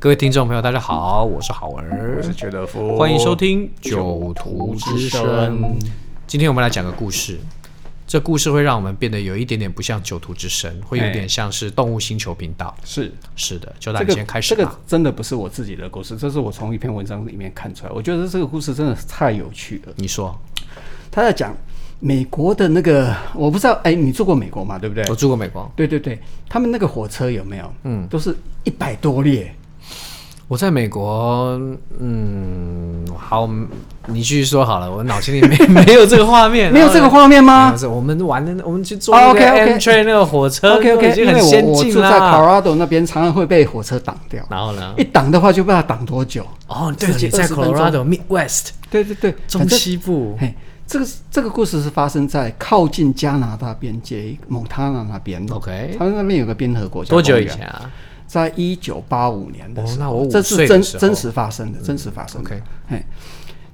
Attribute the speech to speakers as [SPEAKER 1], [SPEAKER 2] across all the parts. [SPEAKER 1] 各位听众朋友，大家好，我是好
[SPEAKER 2] 我
[SPEAKER 1] 儿，
[SPEAKER 2] 是缺德 夫，
[SPEAKER 1] 欢迎收。听《九徒之声》。今天我们来讲个故事，这故事会让我们变得有一点点不像《九徒之声》，会有
[SPEAKER 2] 哎
[SPEAKER 1] 点像是动物星球频道。
[SPEAKER 2] 是
[SPEAKER 1] 是的，就
[SPEAKER 2] 这
[SPEAKER 1] 让你
[SPEAKER 2] 个
[SPEAKER 1] 先开始
[SPEAKER 2] 这
[SPEAKER 1] 吧。
[SPEAKER 2] 个真的不是我自己的故事，这是我从一篇文章里面看出来。我觉得这个故事真的是太有趣了。
[SPEAKER 1] 你说，
[SPEAKER 2] 他在讲美国的那个，我不知道，哎，你住过美国嘛？对不对？
[SPEAKER 1] 我住过美国，
[SPEAKER 2] 对对对，他们那个火车有没有？嗯，都是一百多列。
[SPEAKER 1] 我在美国，嗯，好，你继续说好了，我脑筋里没没有这个画面，
[SPEAKER 2] 没有这个画面
[SPEAKER 1] 然后呢。没
[SPEAKER 2] 吗
[SPEAKER 1] 有这我们玩的，我们去坐
[SPEAKER 2] 哦
[SPEAKER 1] 那个
[SPEAKER 2] OK，OK
[SPEAKER 1] M train 那个火嗯车
[SPEAKER 2] ？OK
[SPEAKER 1] 都
[SPEAKER 2] OK，
[SPEAKER 1] 已经
[SPEAKER 2] 因
[SPEAKER 1] 很
[SPEAKER 2] 为我
[SPEAKER 1] 先
[SPEAKER 2] 我
[SPEAKER 1] 进
[SPEAKER 2] 住在
[SPEAKER 1] 啦。
[SPEAKER 2] Colorado 那边，常常会被火车挡掉，
[SPEAKER 1] 然后呢？
[SPEAKER 2] 一挡的话就不知道挡多久。
[SPEAKER 1] 哦，对，
[SPEAKER 2] 十
[SPEAKER 1] 你
[SPEAKER 2] 几
[SPEAKER 1] 在
[SPEAKER 2] 20分
[SPEAKER 1] Colorado
[SPEAKER 2] 钟
[SPEAKER 1] Midwest
[SPEAKER 2] 对对对，
[SPEAKER 1] 中
[SPEAKER 2] 反正
[SPEAKER 1] 西部，
[SPEAKER 2] 嘿，这个这个故事是发生在靠近加拿大边界蒙塔纳那边
[SPEAKER 1] OK
[SPEAKER 2] 他们那边有个边河国家
[SPEAKER 1] 多久
[SPEAKER 2] 公
[SPEAKER 1] 以
[SPEAKER 2] 园
[SPEAKER 1] 前啊？
[SPEAKER 2] 在一九八五年的
[SPEAKER 1] 哦
[SPEAKER 2] 时候，
[SPEAKER 1] 那我五
[SPEAKER 2] 这
[SPEAKER 1] 岁
[SPEAKER 2] 是
[SPEAKER 1] 的
[SPEAKER 2] 真
[SPEAKER 1] 时候嗯
[SPEAKER 2] 真实发生的，真实发生的。
[SPEAKER 1] OK
[SPEAKER 2] 嘿，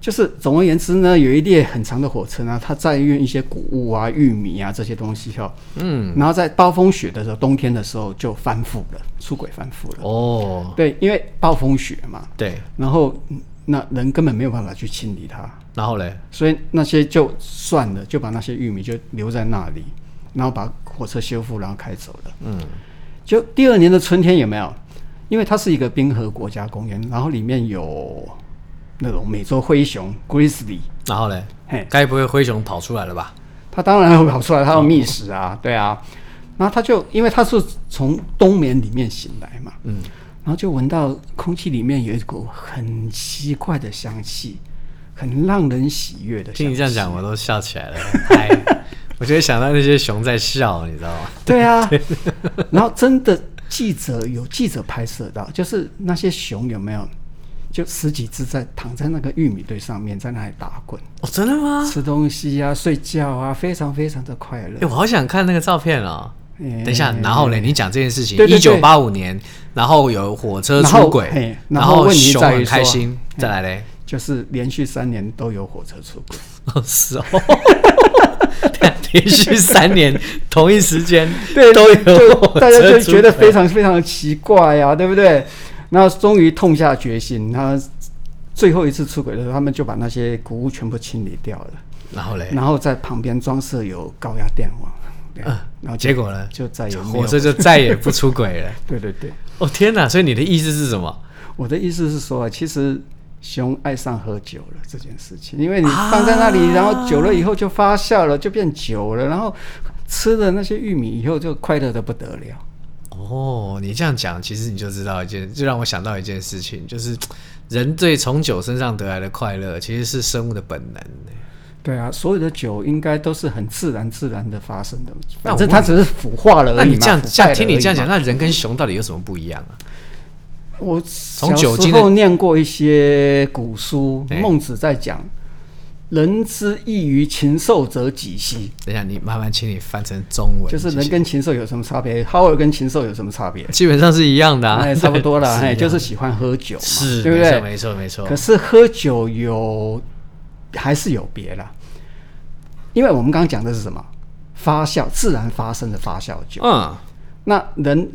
[SPEAKER 2] 就是总而言之呢，有一列很长的火车呢，它载运一些谷物啊、玉米啊这些东西哦。嗯，然后在暴风雪的时候，冬天的时候就翻覆了，出轨翻覆了。
[SPEAKER 1] 哦，
[SPEAKER 2] 对，因为暴风雪嘛，
[SPEAKER 1] 对，
[SPEAKER 2] 然后嗯那人根本没有办法去清理它，
[SPEAKER 1] 然后嘞，
[SPEAKER 2] 所以那些就算了，就把那些玉米就留在那里，然后把火车修复，然后开走了。嗯，就第二年的春天有没有？因为它是一个冰河国家公园，然后里面有那种美洲灰熊 （grizzly），
[SPEAKER 1] 然后嘞
[SPEAKER 2] 嘿，
[SPEAKER 1] 该不会灰熊跑出来了吧？
[SPEAKER 2] 它当然会跑出来，它要觅食啊，对啊。然后它就因为它是从冬眠里面醒来嘛，嗯，然后就闻到空气里面有一股很奇怪的香气，很让人喜悦的香气。
[SPEAKER 1] 听你这样讲，我都笑起来了。哎， 我就会想到那些熊在笑，你知道吗？
[SPEAKER 2] 对啊， 然后真的记者有记者拍摄到，就是那些熊有没有，就十几只在躺在那个玉米堆上面，在那里打滚、
[SPEAKER 1] 哦，真的吗？
[SPEAKER 2] 吃东西啊、睡觉啊，非常非常的快乐
[SPEAKER 1] 哎、。我好想看那个照片哦。
[SPEAKER 2] 哎
[SPEAKER 1] 等一下，然后嘞，你讲这件事情，
[SPEAKER 2] 对
[SPEAKER 1] 一
[SPEAKER 2] 对
[SPEAKER 1] 九
[SPEAKER 2] 对
[SPEAKER 1] 八五年，然后有火车
[SPEAKER 2] 然后
[SPEAKER 1] 出轨
[SPEAKER 2] 嘿，
[SPEAKER 1] 然
[SPEAKER 2] 然后问题
[SPEAKER 1] 熊
[SPEAKER 2] 在于
[SPEAKER 1] 很开
[SPEAKER 2] 说
[SPEAKER 1] 心，
[SPEAKER 2] 嘿
[SPEAKER 1] 再来嘞，
[SPEAKER 2] 就是连续三年都有火车出轨，
[SPEAKER 1] 哦是哦，连续三年同一时 间都有
[SPEAKER 2] 就
[SPEAKER 1] 火
[SPEAKER 2] 大家
[SPEAKER 1] 车
[SPEAKER 2] 就
[SPEAKER 1] 出
[SPEAKER 2] 觉得
[SPEAKER 1] 轨
[SPEAKER 2] 非常非常的奇怪呀、啊，对不对？然后终于痛下决心，他最后一次出轨的时候，他们就把那些谷物全部清理掉了。
[SPEAKER 1] 然后嘞，
[SPEAKER 2] 然后在旁边装设有高压电网，对，
[SPEAKER 1] 嗯
[SPEAKER 2] 然后就
[SPEAKER 1] 结果呢，
[SPEAKER 2] 就再也没有
[SPEAKER 1] 火车就再也不出轨 了。
[SPEAKER 2] 对对对，
[SPEAKER 1] 哦天哪！所以你的意思是什么？
[SPEAKER 2] 我的意思是说，啊其实熊爱上喝酒了这件事情，因为你
[SPEAKER 1] 啊
[SPEAKER 2] 放在那里，然后久了以后就发酵了，就变酒了，然后吃了那些玉米以后就快乐的不得了。
[SPEAKER 1] 哦，你这样讲，其实你就知道一件，就让我想到一件事情，就是人对从酒身上得来的快乐，其实是生物的本能。
[SPEAKER 2] 对啊，所有的酒应该都是很自然自然的发生的，
[SPEAKER 1] 那我
[SPEAKER 2] 反正它只是腐化了
[SPEAKER 1] 那
[SPEAKER 2] 而已
[SPEAKER 1] 你
[SPEAKER 2] 嘛。
[SPEAKER 1] 这样
[SPEAKER 2] 腐败
[SPEAKER 1] 这样
[SPEAKER 2] 了
[SPEAKER 1] 听你
[SPEAKER 2] 而已
[SPEAKER 1] 这样讲，
[SPEAKER 2] 嘛，
[SPEAKER 1] 那人跟熊到底有什么不一样啊？
[SPEAKER 2] 我
[SPEAKER 1] 从
[SPEAKER 2] 从
[SPEAKER 1] 酒
[SPEAKER 2] 小
[SPEAKER 1] 精
[SPEAKER 2] 时
[SPEAKER 1] 的
[SPEAKER 2] 候念过一些古书，
[SPEAKER 1] 哎
[SPEAKER 2] 孟子在讲“人之异于禽兽者几兮
[SPEAKER 1] 等一下，你麻烦请你翻成中”，文，
[SPEAKER 2] 就是
[SPEAKER 1] 谢
[SPEAKER 2] 人
[SPEAKER 1] 谢
[SPEAKER 2] 跟禽兽有什么差别？哈尔跟禽兽有什么差别？
[SPEAKER 1] 基本上是一样的、啊，
[SPEAKER 2] 哎，差不多了，
[SPEAKER 1] 是一
[SPEAKER 2] 哎，
[SPEAKER 1] 样
[SPEAKER 2] 就是喜欢喝酒嘛，
[SPEAKER 1] 是，
[SPEAKER 2] 对不
[SPEAKER 1] 没错
[SPEAKER 2] 对？
[SPEAKER 1] 没错没错
[SPEAKER 2] 可。是喝酒有还是有别啦，因为我们刚刚讲的是什么？发酵，自然发生的发酵酒。
[SPEAKER 1] 嗯，
[SPEAKER 2] 那人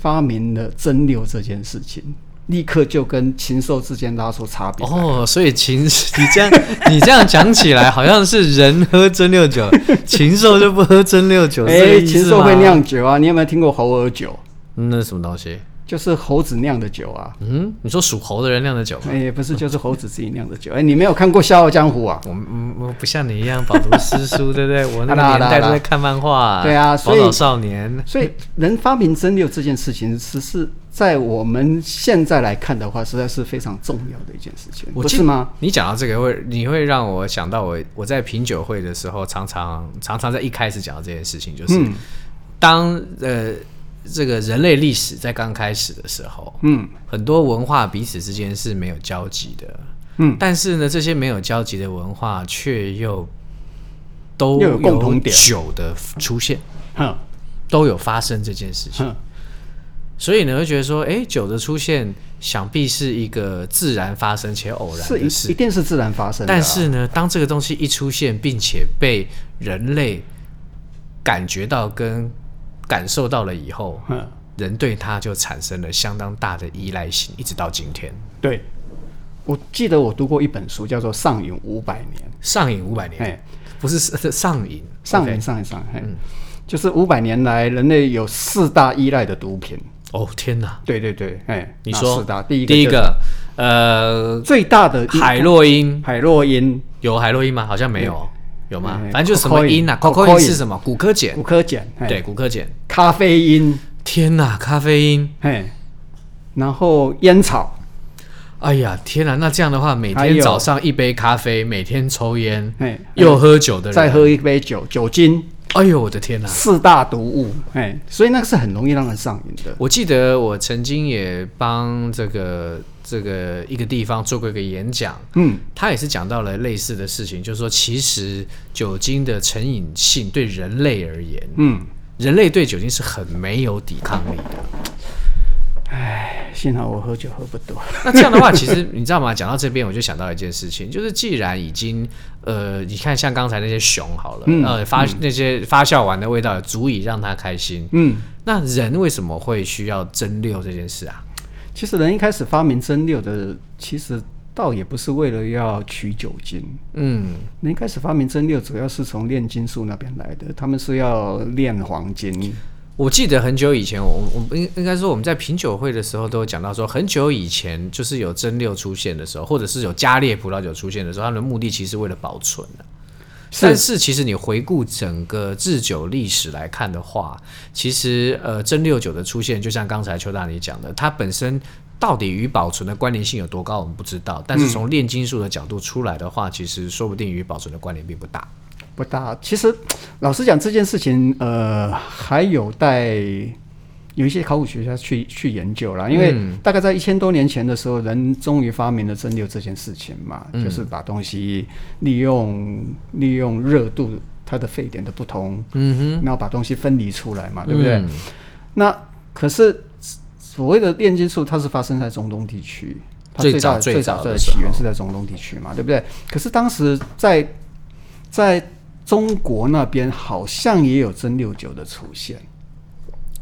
[SPEAKER 2] 发明了蒸馏这件事情，立刻就跟禽兽之间拉出差别来。
[SPEAKER 1] 哦，所以禽，你这样你这样讲起来，好像是人喝蒸馏酒，禽兽就不喝蒸馏酒，是这
[SPEAKER 2] 哎、
[SPEAKER 1] 个意思
[SPEAKER 2] 禽兽会
[SPEAKER 1] 吗
[SPEAKER 2] 酿酒啊！你有没有听过猴儿酒？
[SPEAKER 1] 嗯那是什么东西？
[SPEAKER 2] 就是猴子酿的酒啊。
[SPEAKER 1] 嗯，你说属猴的人酿的酒 吗？
[SPEAKER 2] 哎、不是，就是猴子自己酿的酒。哎、你没有看过《笑傲江湖》啊？
[SPEAKER 1] 我嗯，我不像你一样饱读诗书，对不对？我那个
[SPEAKER 2] 好啦好啦
[SPEAKER 1] 年代都
[SPEAKER 2] 好
[SPEAKER 1] 在
[SPEAKER 2] 啦
[SPEAKER 1] 看漫画，
[SPEAKER 2] 对啊
[SPEAKER 1] 宝
[SPEAKER 2] 所以
[SPEAKER 1] 岛少年，
[SPEAKER 2] 所以，人发明蒸馏这件事情，只是在我们现在来看的话，实在是非常重要的一件事情，
[SPEAKER 1] 我
[SPEAKER 2] 不
[SPEAKER 1] 记
[SPEAKER 2] 是吗？
[SPEAKER 1] 你讲到这个会，你会让我想到我我在品酒会的时候，常常常常在一开始讲到这件事情，就是、
[SPEAKER 2] 嗯
[SPEAKER 1] 当呃这个人类历史在刚开始的时候，
[SPEAKER 2] 嗯，
[SPEAKER 1] 很多文化彼此之间是没有交集的，
[SPEAKER 2] 嗯，
[SPEAKER 1] 但是呢，这些没有交集的文化却又都
[SPEAKER 2] 又有共同点
[SPEAKER 1] 酒的出现，
[SPEAKER 2] 哼
[SPEAKER 1] 都有发生这件事情。
[SPEAKER 2] 哼，
[SPEAKER 1] 所以呢，会觉得说，哎，酒的出现想必是一个自然发生且偶然
[SPEAKER 2] 是
[SPEAKER 1] 的
[SPEAKER 2] 一一
[SPEAKER 1] 事。
[SPEAKER 2] 定是自然发生的啊、
[SPEAKER 1] 但是呢，当这个东西一出现，并且被人类感觉到跟感受到了以后，
[SPEAKER 2] 哼，
[SPEAKER 1] 人对它就产生了相当大的依赖性，一直到今天。
[SPEAKER 2] 对，我记得我读过一本书，叫做《上瘾五百年》。
[SPEAKER 1] 上瘾五百年，
[SPEAKER 2] 哎，
[SPEAKER 1] 不是是上瘾，
[SPEAKER 2] 上瘾，
[SPEAKER 1] OK 嗯
[SPEAKER 2] 上瘾，上瘾，哎，就是五百年来人类有四大依赖的毒品。
[SPEAKER 1] 哦天哪！
[SPEAKER 2] 对对对，哎，
[SPEAKER 1] 你
[SPEAKER 2] 哪
[SPEAKER 1] 说
[SPEAKER 2] 四大，第一个
[SPEAKER 1] 第一
[SPEAKER 2] 就是
[SPEAKER 1] 个，呃，
[SPEAKER 2] 最大的
[SPEAKER 1] 海洛因
[SPEAKER 2] 海洛因、
[SPEAKER 1] 有海洛因吗？好像没有，有吗
[SPEAKER 2] 嗯？
[SPEAKER 1] 反正就是什么因啊 c o
[SPEAKER 2] cocaine
[SPEAKER 1] c o 是什么？骨科碱
[SPEAKER 2] 骨，科碱，哎
[SPEAKER 1] 对，，骨科碱。
[SPEAKER 2] 咖啡因，
[SPEAKER 1] 天哪，咖啡因！
[SPEAKER 2] 嘿，然后烟草，
[SPEAKER 1] 哎呀，天哪！那这样的话，每
[SPEAKER 2] 还
[SPEAKER 1] 天
[SPEAKER 2] 有
[SPEAKER 1] 早上一杯咖啡，每天抽烟
[SPEAKER 2] 嘿，
[SPEAKER 1] 又喝酒的人，
[SPEAKER 2] 再喝一杯酒，酒精
[SPEAKER 1] 哎呦，我的天哪！
[SPEAKER 2] 四大毒物，哎，所以那个是很容易让人上瘾的。
[SPEAKER 1] 我记得我曾经也帮这个这个一个地方做过一个演讲，
[SPEAKER 2] 嗯，
[SPEAKER 1] 他也是讲到了类似的事情，就是说，其实酒精的成瘾性对人类而言，
[SPEAKER 2] 嗯，
[SPEAKER 1] 人类对酒精是很没有抵抗力的。
[SPEAKER 2] 幸好我喝酒喝不多。
[SPEAKER 1] 那这样的话，其实你知道吗？讲到这边，我就想到一件事情，就是既然已经呃，你看像刚才那些熊好了，呃，发、那些发酵完的味道足以让它开心，
[SPEAKER 2] 嗯，
[SPEAKER 1] 那人为什么会需要蒸馏这件事啊？
[SPEAKER 2] 其实人一开始发明蒸馏的，其实倒也不是为了要取酒精。
[SPEAKER 1] 嗯，
[SPEAKER 2] 人一开始发明蒸馏，主要是从炼金术那边来的，他们是要炼黄金。
[SPEAKER 1] 我记得很久以前，我我我应应该说我们在品酒会的时候都有讲到说，很久以前就是有蒸馏出现的时候，或者是有加烈葡萄酒出现的时候，它们的目的其实是为了保存的、但是其实你回顾整个制酒历史来看的话，其实呃蒸馏酒的出现，就像刚才邱大你讲的，它本身到底与保存的关联性有多高，我们不知道。但是从炼金术的角度出来的话，其实说不定与保存的关联并不大。
[SPEAKER 2] 不大。其实老实讲，这件事情呃还有待有一些考古学家去去研究啦，因为大概在一千多年前的时候，人终于发明了蒸馏这件事情嘛，就是把东西利用利用热度它的沸点的不同，嗯哼，然后嗯把东西分离出来嘛，对不对？那可是所谓的炼金术，它是发生在中东地区。它
[SPEAKER 1] 最
[SPEAKER 2] 大
[SPEAKER 1] 早
[SPEAKER 2] 的最
[SPEAKER 1] 最
[SPEAKER 2] 早
[SPEAKER 1] 早的
[SPEAKER 2] 的
[SPEAKER 1] 时
[SPEAKER 2] 起源
[SPEAKER 1] 候
[SPEAKER 2] 是在中东地区嘛，对不对？可是当时在在中国那边好像也有蒸馏酒的出现，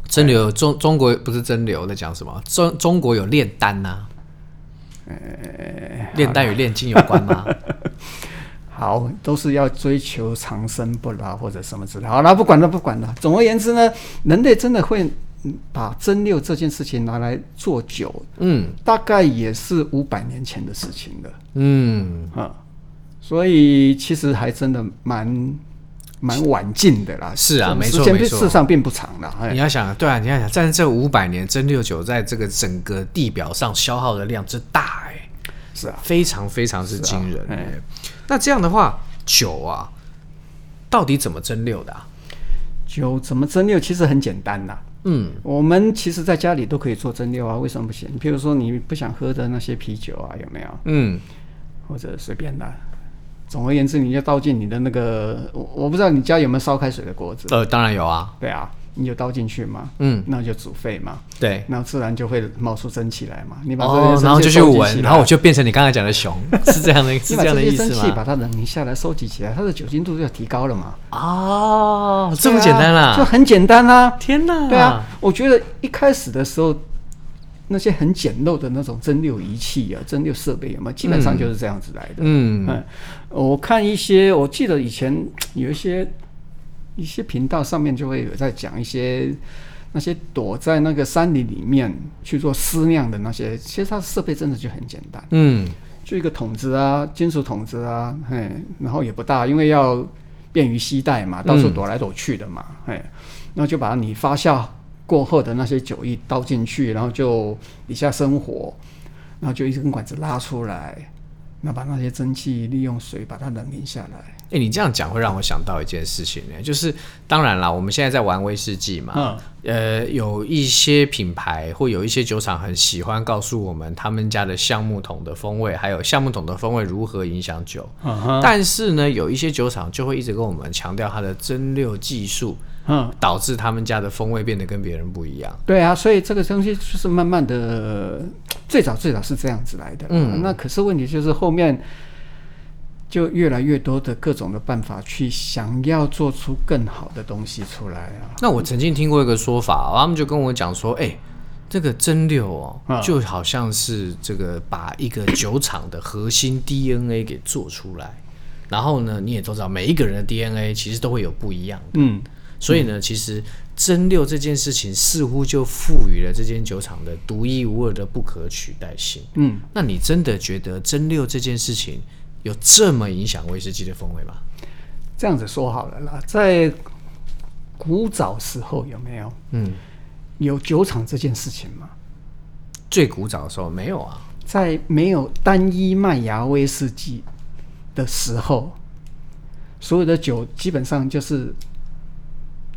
[SPEAKER 1] 蒸馏中中国不是蒸馏在讲什么？中中国有炼丹呐、炼丹与炼金有关 吗？
[SPEAKER 2] 好，都是要追求长生不老或者什么之类。好了，不管了，不管了。总而言之呢，人类真的会嗯把蒸馏这件事情拿来做酒，
[SPEAKER 1] 嗯
[SPEAKER 2] 大概也是五百年前的事情了
[SPEAKER 1] 嗯，
[SPEAKER 2] 啊、所以其实还真的蛮蛮晚近的啦。
[SPEAKER 1] 是啊
[SPEAKER 2] 这种
[SPEAKER 1] 没
[SPEAKER 2] 时
[SPEAKER 1] 错
[SPEAKER 2] 间
[SPEAKER 1] 没
[SPEAKER 2] 并
[SPEAKER 1] 错
[SPEAKER 2] 事实上并不长啦。哎
[SPEAKER 1] 你要想，对啊，你要想，但是这五百年蒸馏酒在这个整个地表上消耗的量之大、哎，
[SPEAKER 2] 是啊，
[SPEAKER 1] 非常非常之惊人、
[SPEAKER 2] 是啊
[SPEAKER 1] 哎那这样的话，酒啊，到底怎么蒸馏的、啊？
[SPEAKER 2] 酒怎么蒸馏其实很简单啦。
[SPEAKER 1] 嗯，
[SPEAKER 2] 我们其实在家里都可以做蒸馏啊，为什么不行？譬如说你不想喝的那些啤酒啊，有没有？
[SPEAKER 1] 嗯，
[SPEAKER 2] 或者随便啦。总而言之，你就倒进你的那个，我我不知道你家有没有烧开水的锅子，
[SPEAKER 1] 呃，当然有啊，
[SPEAKER 2] 对啊，你就倒进去嘛，
[SPEAKER 1] 嗯，
[SPEAKER 2] 那就煮沸嘛，
[SPEAKER 1] 对。
[SPEAKER 2] 那自然就会冒出蒸汽来嘛。你把这些蒸
[SPEAKER 1] 哦，
[SPEAKER 2] 汽
[SPEAKER 1] 然后就去
[SPEAKER 2] 收集起
[SPEAKER 1] 闻，
[SPEAKER 2] 来
[SPEAKER 1] 然后我就变成你刚才讲的熊，是这样的，
[SPEAKER 2] 你
[SPEAKER 1] 是
[SPEAKER 2] 把
[SPEAKER 1] 这样的
[SPEAKER 2] 这
[SPEAKER 1] 意
[SPEAKER 2] 些蒸
[SPEAKER 1] 思
[SPEAKER 2] 汽
[SPEAKER 1] 吗？
[SPEAKER 2] 把它冷凝下来，收集起来，它的酒精度就提高了嘛。
[SPEAKER 1] 哦，这么
[SPEAKER 2] 对啊
[SPEAKER 1] 简单啦、
[SPEAKER 2] 就很简单啦、
[SPEAKER 1] 天哪！
[SPEAKER 2] 对啊，，我觉得一开始的时候，那些很简陋的那种蒸馏仪器啊、蒸馏设备有没有，基本上就是这样子来的。
[SPEAKER 1] 嗯，
[SPEAKER 2] 嗯，我看一些，我记得以前有一些一些频道上面就会有在讲一些那些躲在那个山林里面去做私酿的那些，其实它的设备真的就很简单，
[SPEAKER 1] 嗯，
[SPEAKER 2] 就一个桶子啊，金属桶子啊，嘿，然后也不大，因为要便于携带嘛，到处躲来躲去的嘛，嘿，然后就把你发酵过后的那些酒液倒进去，然后就底下生火，然后就一根管子拉出来，那把那些蒸汽利用水把它冷凝下来。
[SPEAKER 1] 哎、你这样讲会让我想到一件事情呢、就是当然啦，我们现在在玩威士忌嘛，
[SPEAKER 2] 嗯，
[SPEAKER 1] 呃，有一些品牌或有一些酒厂很喜欢告诉我们他们家的橡木桶的风味，还有橡木桶的风味如何影响酒。
[SPEAKER 2] 嗯
[SPEAKER 1] 但是呢，有一些酒厂就会一直跟我们强调它的蒸馏技术，
[SPEAKER 2] 嗯，
[SPEAKER 1] 导致他们家的风味变得跟别人不一样。
[SPEAKER 2] 对啊，所以这个东西就是慢慢的，最早最早是这样子来的。嗯，那可是问题就是后面就越来越多的各种的办法去想要做出更好的东西出来啊。
[SPEAKER 1] 那我曾经听过一个说法，他们就跟我讲说，哎、这个蒸馏哦，
[SPEAKER 2] 嗯
[SPEAKER 1] 就好像是这个把一个酒厂的核心 DNA 给做出来。然后呢，你也都知道，每一个人的 DNA 其实都会有不一样，
[SPEAKER 2] 嗯，
[SPEAKER 1] 所以呢，其实蒸馏这件事情似乎就赋予了这间酒厂的独一无二的不可取代性。
[SPEAKER 2] 嗯，
[SPEAKER 1] 那你真的觉得蒸馏这件事情有这么影响威士忌的风味吗？
[SPEAKER 2] 这样子说好了啦，在古早时候有没有
[SPEAKER 1] 嗯，
[SPEAKER 2] 有酒厂这件事情吗？
[SPEAKER 1] 最古早的时候没有啊，
[SPEAKER 2] 在没有单一麦芽威士忌的时候，所有的酒基本上就是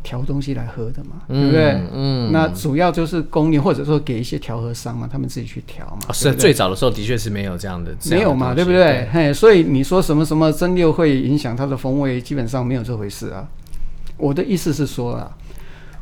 [SPEAKER 2] 调东西来喝的嘛，对不对？
[SPEAKER 1] 嗯
[SPEAKER 2] 那主要就是供应，或者说给一些调和商嘛，他们自己去调嘛。
[SPEAKER 1] 哦是啊
[SPEAKER 2] 对不对
[SPEAKER 1] 最早的时候的确是没有这样的，
[SPEAKER 2] 没有嘛，
[SPEAKER 1] 这
[SPEAKER 2] 对
[SPEAKER 1] 样的东西
[SPEAKER 2] 不对？？嘿，所以你说什么什么蒸馏会影响它的风味，基本上没有这回事啊。我的意思是说啊，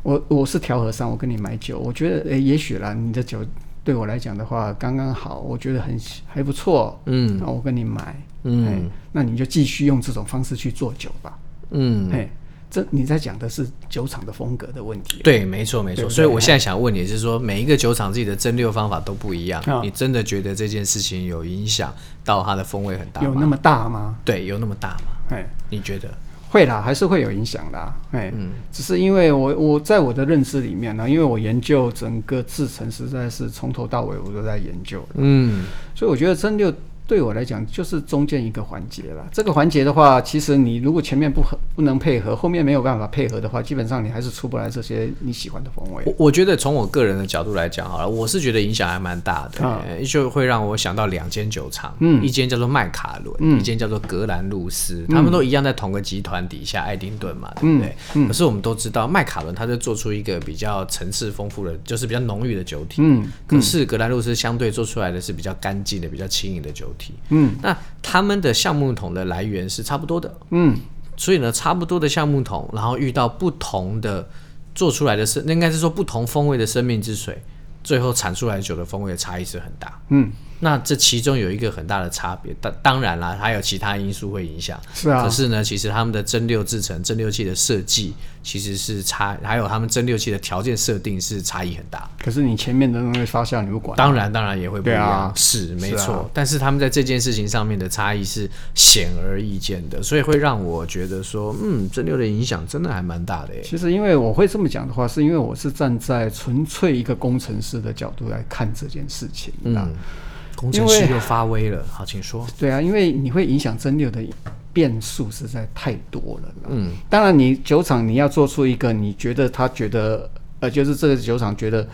[SPEAKER 2] 我我是调和商，我跟你买酒，我觉得诶，也许啦，你的酒对我来讲的话刚刚好，我觉得很还不错，
[SPEAKER 1] 嗯
[SPEAKER 2] 那我跟你买，
[SPEAKER 1] 嗯
[SPEAKER 2] 嘿，那你就继续用这种方式去做酒吧，
[SPEAKER 1] 嗯，
[SPEAKER 2] 嘿，这你在讲的是酒厂的风格的问题，
[SPEAKER 1] 对，没错没错。
[SPEAKER 2] 对不对
[SPEAKER 1] 所以我现在想问你是说，每一个酒厂自己的蒸馏方法都不一样
[SPEAKER 2] 啊，
[SPEAKER 1] 你真的觉得这件事情有影响到它的风味很大
[SPEAKER 2] 有那
[SPEAKER 1] 吗？
[SPEAKER 2] 么大吗？
[SPEAKER 1] 对，有那么大吗？
[SPEAKER 2] 嘿。
[SPEAKER 1] 你觉得？
[SPEAKER 2] 会啦，还是会有影响啦。哎，只是因为我我在我的认知里面呢，因为我研究整个制成，实在是从头到尾我都在研究，
[SPEAKER 1] 嗯
[SPEAKER 2] 所以我觉得蒸馏对我来讲就是中间一个环节啦。这个环节的话，其实你如果前面不合不能配合，后面没有办法配合的话，基本上你还是出不来这些你喜欢的风味。
[SPEAKER 1] 我我觉得从我个人的角度来讲，好了，我是觉得影响还蛮大的，
[SPEAKER 2] 啊嗯
[SPEAKER 1] 呃就会让我想到两间酒厂，一间叫做麦卡伦，一间叫做格兰路斯，他们都一样在同个集团底下，爱丁顿嘛，
[SPEAKER 2] 嗯
[SPEAKER 1] 对不对？可是我们都知道，麦卡伦它就做出一个比较层次丰富的，就是比较浓郁的酒体，
[SPEAKER 2] 嗯
[SPEAKER 1] 可是格兰路斯相对做出来的是比较干净的、比较轻盈的酒体，
[SPEAKER 2] 嗯
[SPEAKER 1] 那他们的橡木桶的来源是差不多的，
[SPEAKER 2] 嗯
[SPEAKER 1] 所以呢，差不多的橡木桶，然后遇到不同的做出来的生，那应该是说不同风味的生命之水，最后产出来的酒的风味的差异是很大。
[SPEAKER 2] 嗯，
[SPEAKER 1] 那这其中有一个很大的差别，当当然啦，还有其他因素会影响。
[SPEAKER 2] 是啊
[SPEAKER 1] 可是呢，其实他们的蒸馏制成、蒸馏器的设计其实是差，还有他们蒸馏器的条件设定是差异很大。
[SPEAKER 2] 可是你前面的那个发酵你不管，啊
[SPEAKER 1] 当然，当然也会不一样，
[SPEAKER 2] 对啊
[SPEAKER 1] 是没
[SPEAKER 2] 是
[SPEAKER 1] 错。
[SPEAKER 2] 啊
[SPEAKER 1] 但是他们在这件事情上面的差异是显而易见的，所以会让我觉得说，嗯，蒸馏的影响真的还蛮大的耶。
[SPEAKER 2] 其实，因为我会这么讲的话，是因为我是站在纯粹一个工程师的角度来看这件事情的。
[SPEAKER 1] 嗯，工程师又发威了，好，请说。
[SPEAKER 2] 对啊，因为你会影响蒸馏的变数实在太多了啦。
[SPEAKER 1] 嗯
[SPEAKER 2] 当然，你酒厂你要做出一个你觉得他觉得呃，就是这个酒厂觉得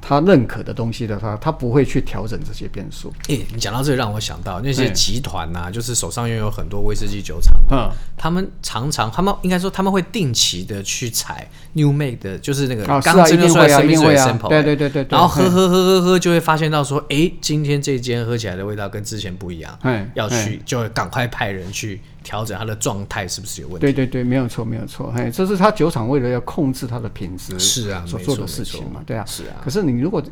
[SPEAKER 2] 他认可的东西的话，他不会去调整这些变数。
[SPEAKER 1] 诶、你讲到这个让我想到那些
[SPEAKER 2] 嗯
[SPEAKER 1] 集团呐、就是手上拥有很多威士忌酒厂，
[SPEAKER 2] 嗯，
[SPEAKER 1] 他们常常，他们应该说他们会定期的去采 new make 的，就是那个
[SPEAKER 2] 啊
[SPEAKER 1] 刚
[SPEAKER 2] 是啊
[SPEAKER 1] 蒸馏出来
[SPEAKER 2] 一定会啊
[SPEAKER 1] 生命
[SPEAKER 2] 一定
[SPEAKER 1] 水
[SPEAKER 2] 会
[SPEAKER 1] 的
[SPEAKER 2] 啊
[SPEAKER 1] sample，
[SPEAKER 2] 对对对对对
[SPEAKER 1] 然后喝喝喝喝喝，就会发现到说，诶，今天这间喝起来的味道跟之前不一样，
[SPEAKER 2] 哎，
[SPEAKER 1] 要
[SPEAKER 2] 哎
[SPEAKER 1] 去就会赶快派人去调整它的状态是不是有问题？
[SPEAKER 2] 对对对，没有错，没有错。嘿，这是他酒厂为了要控制它的品质，
[SPEAKER 1] 是啊
[SPEAKER 2] 所
[SPEAKER 1] 没
[SPEAKER 2] 做
[SPEAKER 1] 错
[SPEAKER 2] 的
[SPEAKER 1] 没
[SPEAKER 2] 事情
[SPEAKER 1] 错
[SPEAKER 2] 嘛，对啊。
[SPEAKER 1] 是啊。
[SPEAKER 2] 可是你如果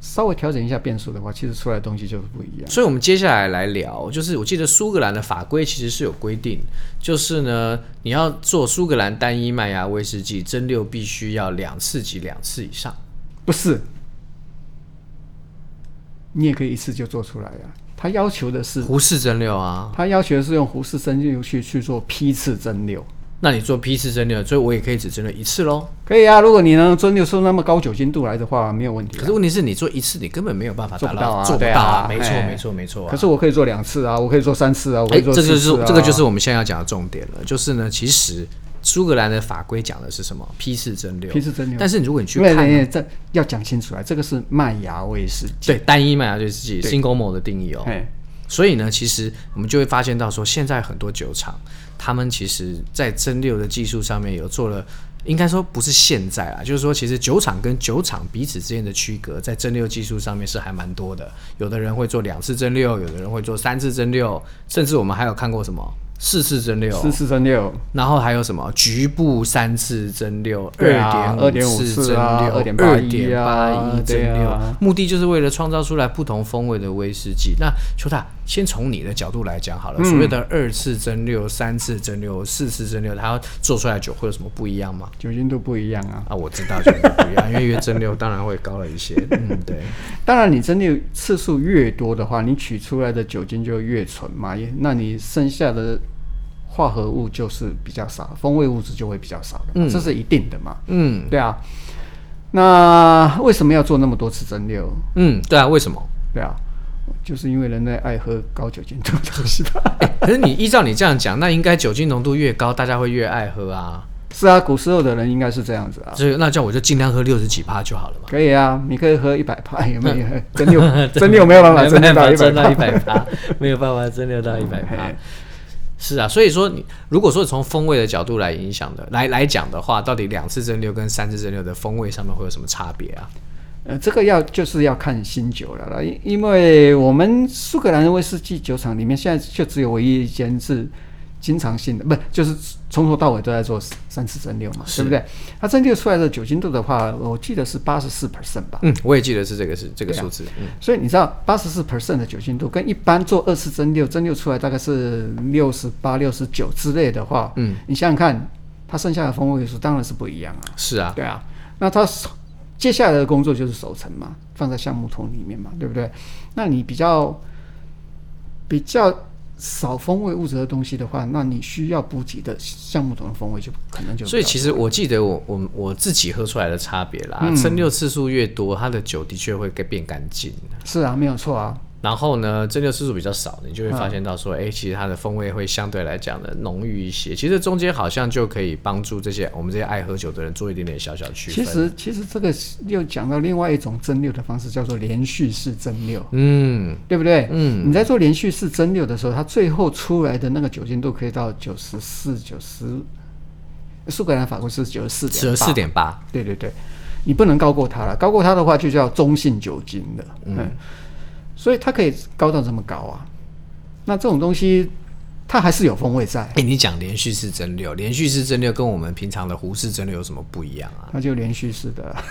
[SPEAKER 2] 稍微调整一下变数的话，其实出来的东西就是不一样。
[SPEAKER 1] 所以，我们接下来来聊，就是我记得苏格兰的法规其实是有规定，就是呢，你要做苏格兰单一麦芽威士忌蒸馏，必须要两次及两次以上。
[SPEAKER 2] 不是，你也可以一次就做出来呀、啊他要求的是，
[SPEAKER 1] 胡氏蒸馏啊，
[SPEAKER 2] 他要求的是用胡适蒸馏去去做批次蒸馏，
[SPEAKER 1] 那你做批次蒸馏，所以我也可以只蒸馏一次喽。
[SPEAKER 2] 可以啊。如果你能蒸馏出那么高酒精度来的话，没有问题、
[SPEAKER 1] 可
[SPEAKER 2] 啊
[SPEAKER 1] 是。问题是你做一次，你根本没有办法达到，
[SPEAKER 2] 做不到啊
[SPEAKER 1] 啊，
[SPEAKER 2] 对
[SPEAKER 1] 没
[SPEAKER 2] 啊
[SPEAKER 1] 错，
[SPEAKER 2] 哎
[SPEAKER 1] 没错，没错啊。
[SPEAKER 2] 可是我可以做两次啊，我可以做三次啊，我可
[SPEAKER 1] 哎，
[SPEAKER 2] 以做
[SPEAKER 1] 这
[SPEAKER 2] 四次、啊
[SPEAKER 1] 就是这个就是我们现在要讲的重点了，就是呢，其实苏格兰的法规讲的是什么？批次蒸馏，
[SPEAKER 2] 批次蒸馏
[SPEAKER 1] 但是如果你去
[SPEAKER 2] 因为
[SPEAKER 1] 看，
[SPEAKER 2] 人家这要讲清楚啊，这个是麦芽威士忌。
[SPEAKER 1] 对单一麦芽对自己
[SPEAKER 2] 对
[SPEAKER 1] single malt 的定义哦，
[SPEAKER 2] 哎，
[SPEAKER 1] 所以呢，其实我们就会发现到说，现在很多酒厂，他们其实在蒸馏的技术上面有做了，应该说不是现在啦，就是说其实酒厂跟酒厂彼此之间的区隔，在蒸馏技术上面是还蛮多的。有的人会做两次蒸馏，有的人会做三次蒸馏，甚至我们还有看过什么四次蒸馏，
[SPEAKER 2] 四次蒸馏，
[SPEAKER 1] 然后还有什么局部三次蒸馏，
[SPEAKER 2] 对啊
[SPEAKER 1] 二点五
[SPEAKER 2] 2.5
[SPEAKER 1] 蒸
[SPEAKER 2] 次啊
[SPEAKER 1] 馏，
[SPEAKER 2] 2.81啊
[SPEAKER 1] 2.81蒸
[SPEAKER 2] 对
[SPEAKER 1] 馏
[SPEAKER 2] 啊，
[SPEAKER 1] 目的就是为了创造出来不同风味的威士忌。那邱大，先从你的角度来讲好
[SPEAKER 2] 嗯
[SPEAKER 1] 了，所谓的二次蒸馏、三次蒸馏、四次蒸馏，它要做出来的酒会有什么不一样吗？
[SPEAKER 2] 酒精度不一样啊。
[SPEAKER 1] 啊，我知道就不一样，因为越蒸馏当然会高了一些。 嗯，对，
[SPEAKER 2] 当然，你蒸馏次数越多的话，你取出来的酒精就越纯嘛，也那你剩下的化合物就是比较少，风味物质就会比较少的嘛，这是一定的嘛。
[SPEAKER 1] 嗯
[SPEAKER 2] 对啊，那为什么要做那么多次蒸馏？
[SPEAKER 1] 嗯，对啊，为什么？
[SPEAKER 2] 对啊，就是因为人类爱喝高酒精度的东西吧。
[SPEAKER 1] 哎可是你依照你这样讲，那应该酒精浓度越高，大家会越爱喝啊。
[SPEAKER 2] 是啊，古时候的人应该是这样子啊。
[SPEAKER 1] 所以那这样我就尽量喝六十几趴就好了嘛。
[SPEAKER 2] 可以啊，你可以喝一百趴，有没有？蒸馏蒸馏没有办法蒸
[SPEAKER 1] 没
[SPEAKER 2] 馏
[SPEAKER 1] 有办
[SPEAKER 2] 到一
[SPEAKER 1] 法蒸到
[SPEAKER 2] 百
[SPEAKER 1] 一
[SPEAKER 2] 趴。
[SPEAKER 1] 百趴，没有办法蒸馏到一百趴
[SPEAKER 2] 嘿。
[SPEAKER 1] 是啊，所以说你如果说从风味的角度来影响的来来讲的话，到底两次蒸馏跟三次蒸馏的风味上面会有什么差别啊？
[SPEAKER 2] 呃，这个要就是要看新酒了啦，因因为我们苏格兰威士忌酒厂里面现在就只有唯一一间是经常性的，不就是从头到尾都在做三次蒸馏嘛，对不对？它蒸馏出来的酒精度的话，我记得是八十四 percent 吧。
[SPEAKER 1] 嗯，我也记得是这个是这个
[SPEAKER 2] 对啊
[SPEAKER 1] 数字。嗯，
[SPEAKER 2] 所以你知道，八十四 percent 的酒精度跟一般做二次蒸馏，蒸馏出来大概是六十八、六十九之类的话，
[SPEAKER 1] 嗯，
[SPEAKER 2] 你想想看，它剩下的风味素当然是不一样啊。
[SPEAKER 1] 是啊，
[SPEAKER 2] 对啊，那它手接下来的工作就是熟成嘛，放在橡木桶里面嘛，对不对？那你比较比较少风味物质的东西的话，那你需要补给的橡木桶的风味就可能就
[SPEAKER 1] 所以
[SPEAKER 2] 比较
[SPEAKER 1] 其实我记得我我我自己喝出来的差别
[SPEAKER 2] 嗯
[SPEAKER 1] 啦，蒸馏次数越多，它的酒的确会更变干净。
[SPEAKER 2] 是啊，没有错啊，
[SPEAKER 1] 然后呢，蒸馏次数比较少，你就会发现到说，哎、
[SPEAKER 2] 嗯
[SPEAKER 1] 其实它的风味会相对来讲的浓郁一些。其实中间好像就可以帮助这些我们这些爱喝酒的人做一点点小小区
[SPEAKER 2] 其
[SPEAKER 1] 分。
[SPEAKER 2] 实其实这个又讲到另外一种蒸馏的方式，叫做连续式蒸馏。
[SPEAKER 1] 嗯，
[SPEAKER 2] 对不对？
[SPEAKER 1] 嗯，
[SPEAKER 2] 你在做连续式蒸馏的时候，它最后出来的那个酒精度可以到九十四、九十，苏格兰法国是九十四
[SPEAKER 1] 只有
[SPEAKER 2] 点
[SPEAKER 1] 四点八，
[SPEAKER 2] 对对对，你不能高过它了，高过它的话就叫中性酒精了。嗯，所以它可以高到这么高啊。那这种东西，它还是有风味在，
[SPEAKER 1] 哎，你讲连续式蒸馏，连续式蒸馏跟我们平常的胡式蒸馏有什么不一样啊？
[SPEAKER 2] 那就连续式的了。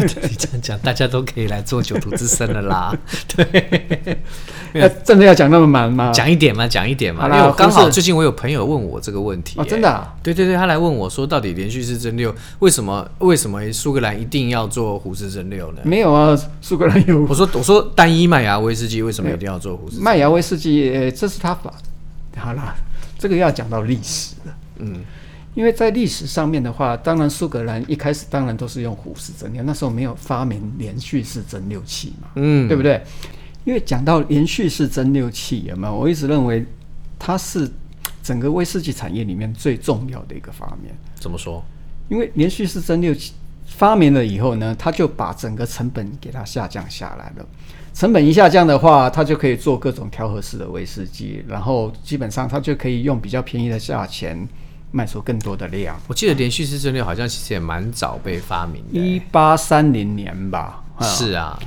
[SPEAKER 1] 你这样讲，大家都可以来做酒徒之声了 啦。对，
[SPEAKER 2] 那真的要讲那么满吗？
[SPEAKER 1] 讲一点嘛，讲一点嘛，
[SPEAKER 2] 好
[SPEAKER 1] 因
[SPEAKER 2] 啦
[SPEAKER 1] 为我刚
[SPEAKER 2] 胡
[SPEAKER 1] 好
[SPEAKER 2] 式
[SPEAKER 1] 最近我有朋友问我这个问题、
[SPEAKER 2] 哦，
[SPEAKER 1] 哎
[SPEAKER 2] 真的、啊，
[SPEAKER 1] 对对对，他来问我说，到底连续式蒸馏为什么为什么苏格兰一定要做胡式蒸馏呢？
[SPEAKER 2] 没有啊，苏格兰有
[SPEAKER 1] 我说我说单一麦芽威士忌为什么一定要做胡式？
[SPEAKER 2] 麦芽威士忌，呃，这是他法。好啦，这个要讲到历史了。
[SPEAKER 1] 嗯，
[SPEAKER 2] 因为在历史上面的话，当然苏格兰一开始当然都是用虎式蒸馏，那时候没有发明连续式蒸馏器嘛，
[SPEAKER 1] 嗯
[SPEAKER 2] 对不对？因为讲到连续式蒸馏器，有没有？我一直认为它是整个威士忌产业里面最重要的一个发明，
[SPEAKER 1] 怎么说？
[SPEAKER 2] 因为连续式蒸馏器发明了以后呢，它就把整个成本给它下降下来了。成本一下降的话，它就可以做各种调和式的威士忌，然后基本上它就可以用比较便宜的价钱卖出更多的量。
[SPEAKER 1] 我记得连续式蒸馏好像其实也蛮早被发明的、
[SPEAKER 2] 一八三零年吧。啊
[SPEAKER 1] 是啊，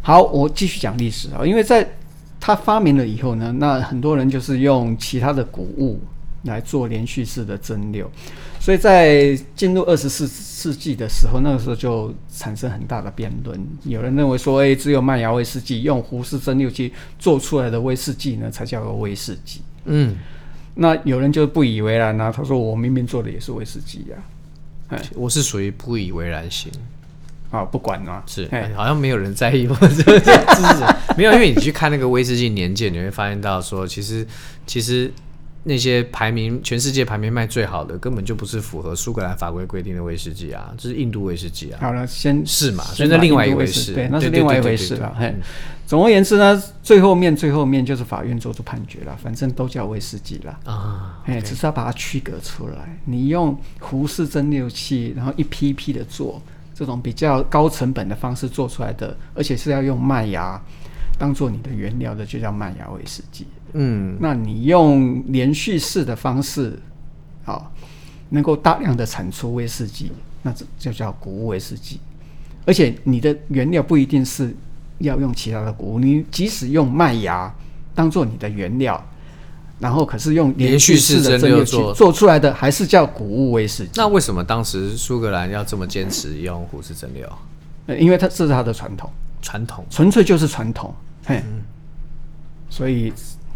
[SPEAKER 2] 好，我继续讲历史啊，因为在他发明了以后呢，那很多人就是用其他的谷物来做连续式的蒸馏，所以在进入二十四世纪的时候，那个时候就产生很大的辩论。有人认为说，哎、只有麦芽威士忌用胡氏蒸馏器做出来的威士忌呢，才叫威士忌。
[SPEAKER 1] 嗯，
[SPEAKER 2] 那有人就不以为然啦、他说我明明做的也是威士忌啊呀、
[SPEAKER 1] 嗯我是属于不以为然型，
[SPEAKER 2] 啊，不管啦、
[SPEAKER 1] 是
[SPEAKER 2] 哎
[SPEAKER 1] 好像没有人在意我这这这是 没有，因为你去看那个威士忌年鉴，你会发现到说，其实其实。那些排名全世界排名卖最好的，根本就不是符合苏格兰法规规定的威士忌啊，这是印度威士忌啊。
[SPEAKER 2] 好了，先
[SPEAKER 1] 是嘛
[SPEAKER 2] 先
[SPEAKER 1] 所以那
[SPEAKER 2] 把
[SPEAKER 1] 另
[SPEAKER 2] 印
[SPEAKER 1] 外一
[SPEAKER 2] 度
[SPEAKER 1] 回
[SPEAKER 2] 威士
[SPEAKER 1] 事
[SPEAKER 2] 对，那
[SPEAKER 1] 对
[SPEAKER 2] 是
[SPEAKER 1] 对
[SPEAKER 2] 另外一
[SPEAKER 1] 对对
[SPEAKER 2] 回
[SPEAKER 1] 对
[SPEAKER 2] 事
[SPEAKER 1] 对
[SPEAKER 2] 了。嘿，总而言之呢，最后面最后面就是法院做出判决了，反正都叫威士忌啦。
[SPEAKER 1] 啊，
[SPEAKER 2] 哎，只是要把它区隔出来。你用胡氏蒸馏器，然后一批一批的做，这种比较高成本的方式做出来的，而且是要用麦芽当做你的原料的，就叫麦芽威士忌。
[SPEAKER 1] 嗯，
[SPEAKER 2] 那你用连续式的方式，好、能够大量的产出威士忌，那这就叫谷物威士忌。而且你的原料不一定是要用其他的谷物，你即使用麦芽当做你的原料，然后可是用
[SPEAKER 1] 连
[SPEAKER 2] 续
[SPEAKER 1] 续
[SPEAKER 2] 式
[SPEAKER 1] 式
[SPEAKER 2] 的
[SPEAKER 1] 蒸
[SPEAKER 2] 蒸馏
[SPEAKER 1] 馏
[SPEAKER 2] 器
[SPEAKER 1] 做
[SPEAKER 2] 做出来的，还是叫谷物威士忌。
[SPEAKER 1] 那为什么当时苏格兰要这么坚持用虎式蒸馏？
[SPEAKER 2] 呃，因为它这是它的传统，
[SPEAKER 1] 传统。
[SPEAKER 2] 纯粹就是传统，嘿，
[SPEAKER 1] 嗯
[SPEAKER 2] 所以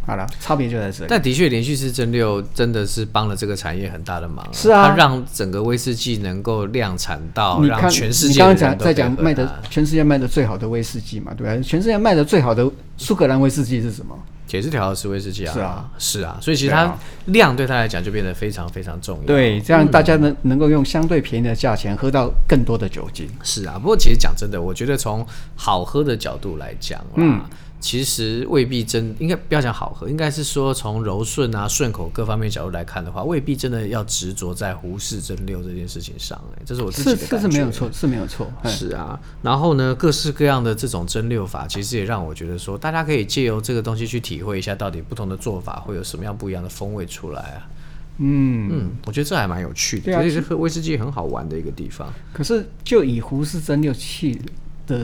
[SPEAKER 2] 好了，差别就在这里。
[SPEAKER 1] 但的确，连续式蒸馏真的是帮了这个产业很大的忙、
[SPEAKER 2] 是啊
[SPEAKER 1] 它让整个威士忌能够量产到
[SPEAKER 2] 你
[SPEAKER 1] 哦让
[SPEAKER 2] 看，
[SPEAKER 1] 全世
[SPEAKER 2] 你
[SPEAKER 1] 界
[SPEAKER 2] 刚
[SPEAKER 1] 的
[SPEAKER 2] 刚
[SPEAKER 1] 人
[SPEAKER 2] 讲
[SPEAKER 1] 都可
[SPEAKER 2] 在
[SPEAKER 1] 以
[SPEAKER 2] 讲
[SPEAKER 1] 喝啊
[SPEAKER 2] 卖的
[SPEAKER 1] 它，
[SPEAKER 2] 全世界卖的最好的威士忌嘛，对吧、全世界卖的最好的苏格兰威士忌是什么？
[SPEAKER 1] 铁质调和式威士忌啊，
[SPEAKER 2] 是啊，
[SPEAKER 1] 是啊，所以其实
[SPEAKER 2] 对
[SPEAKER 1] 它
[SPEAKER 2] 啊
[SPEAKER 1] 量对它来讲就变得非常非常重要。，
[SPEAKER 2] 对，这样大家能、能够用相对便宜的价钱喝到更多的酒精。
[SPEAKER 1] 是啊。不过其实讲真的，我觉得从好喝的角度来讲啦，
[SPEAKER 2] 嗯
[SPEAKER 1] 其实未必真应该不要讲好喝，应该是说从柔顺啊、顺口各方面角度来看的话，未必真的要执着在胡适蒸馏这件事情上、哎，这是我自己
[SPEAKER 2] 是
[SPEAKER 1] 的
[SPEAKER 2] 是
[SPEAKER 1] 感
[SPEAKER 2] 是
[SPEAKER 1] 觉
[SPEAKER 2] 没有错，是没有错。哎嘿
[SPEAKER 1] 是啊，然后呢，各式各样的这种蒸馏法，其实也让我觉得说，大家可以借由这个东西去体会一下，到底不同的做法会有什么样不一样的风味出来啊。
[SPEAKER 2] 嗯，
[SPEAKER 1] 嗯，我觉得这还蛮有趣的，
[SPEAKER 2] 对啊
[SPEAKER 1] 这也是喝威士忌很好玩的一个地方。
[SPEAKER 2] 可是就以胡适蒸馏器的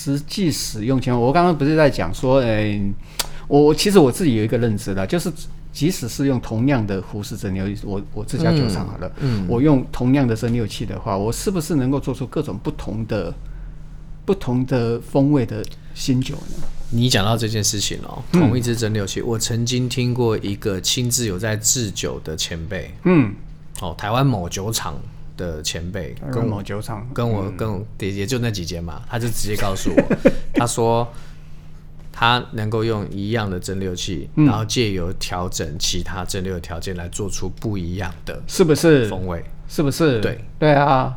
[SPEAKER 2] 实际使用情况，我刚刚不是在讲说，诶、我我其实我自己有一个认知啦，就是即使是用同样的胡适蒸馏，我我自家酒厂好了，
[SPEAKER 1] 嗯
[SPEAKER 2] 我用同样的蒸馏器的话，我是不是能够做出各种不同的、不同的风味的新酒呢？
[SPEAKER 1] 你讲到这件事情哦，同一支蒸馏器，我曾经听过一个亲自有在制酒的前辈，
[SPEAKER 2] 嗯，
[SPEAKER 1] 哦，台湾某酒厂的前辈跟
[SPEAKER 2] 跟某酒厂
[SPEAKER 1] 跟我、跟我也也就那几间嘛，他就直接告诉我，他说他能够用一样的蒸馏器，然后借由调整其他蒸馏的条件来做出不一样的
[SPEAKER 2] 是不是？
[SPEAKER 1] 风味。
[SPEAKER 2] 是不是？
[SPEAKER 1] 对
[SPEAKER 2] 对啊，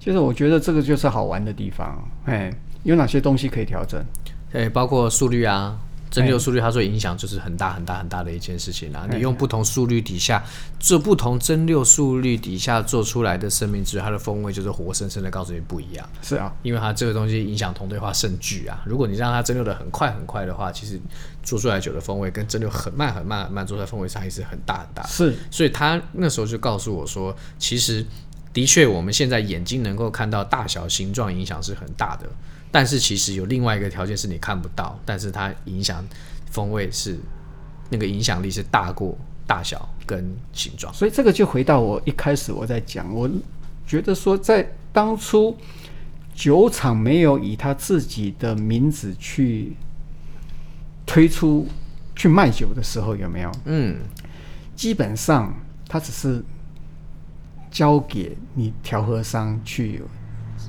[SPEAKER 2] 就是我觉得这个就是好玩的地方，哎，有哪些东西可以调整？
[SPEAKER 1] 对，包括速率啊，蒸馏速率，它说影响就是很大很大很大的一件事情啊。你用不同速率底下，做不同蒸馏速率底下做出来的生命值，它的风味就是活生生的告诉你不一样。
[SPEAKER 2] 是啊，
[SPEAKER 1] 因为它这个东西影响同对化甚巨啊。如果你让它蒸馏的很快很快的话，其实做出来的酒的风味跟蒸馏很慢很慢很慢做出来的风味差异是很大很大的。
[SPEAKER 2] 是
[SPEAKER 1] 所以他那时候就告诉我说，其实的确我们现在眼睛能够看到大小形状影响是很大的，但是其实有另外一个条件是你看不到，但是它影响风味是那个影响力是大过大小跟形状。
[SPEAKER 2] 所以这个就回到我一开始我在讲，我觉得说在当初酒厂没有以他自己的名字去推出去卖酒的时候，有没有？
[SPEAKER 1] 嗯，
[SPEAKER 2] 基本上它只是交给你调和商去有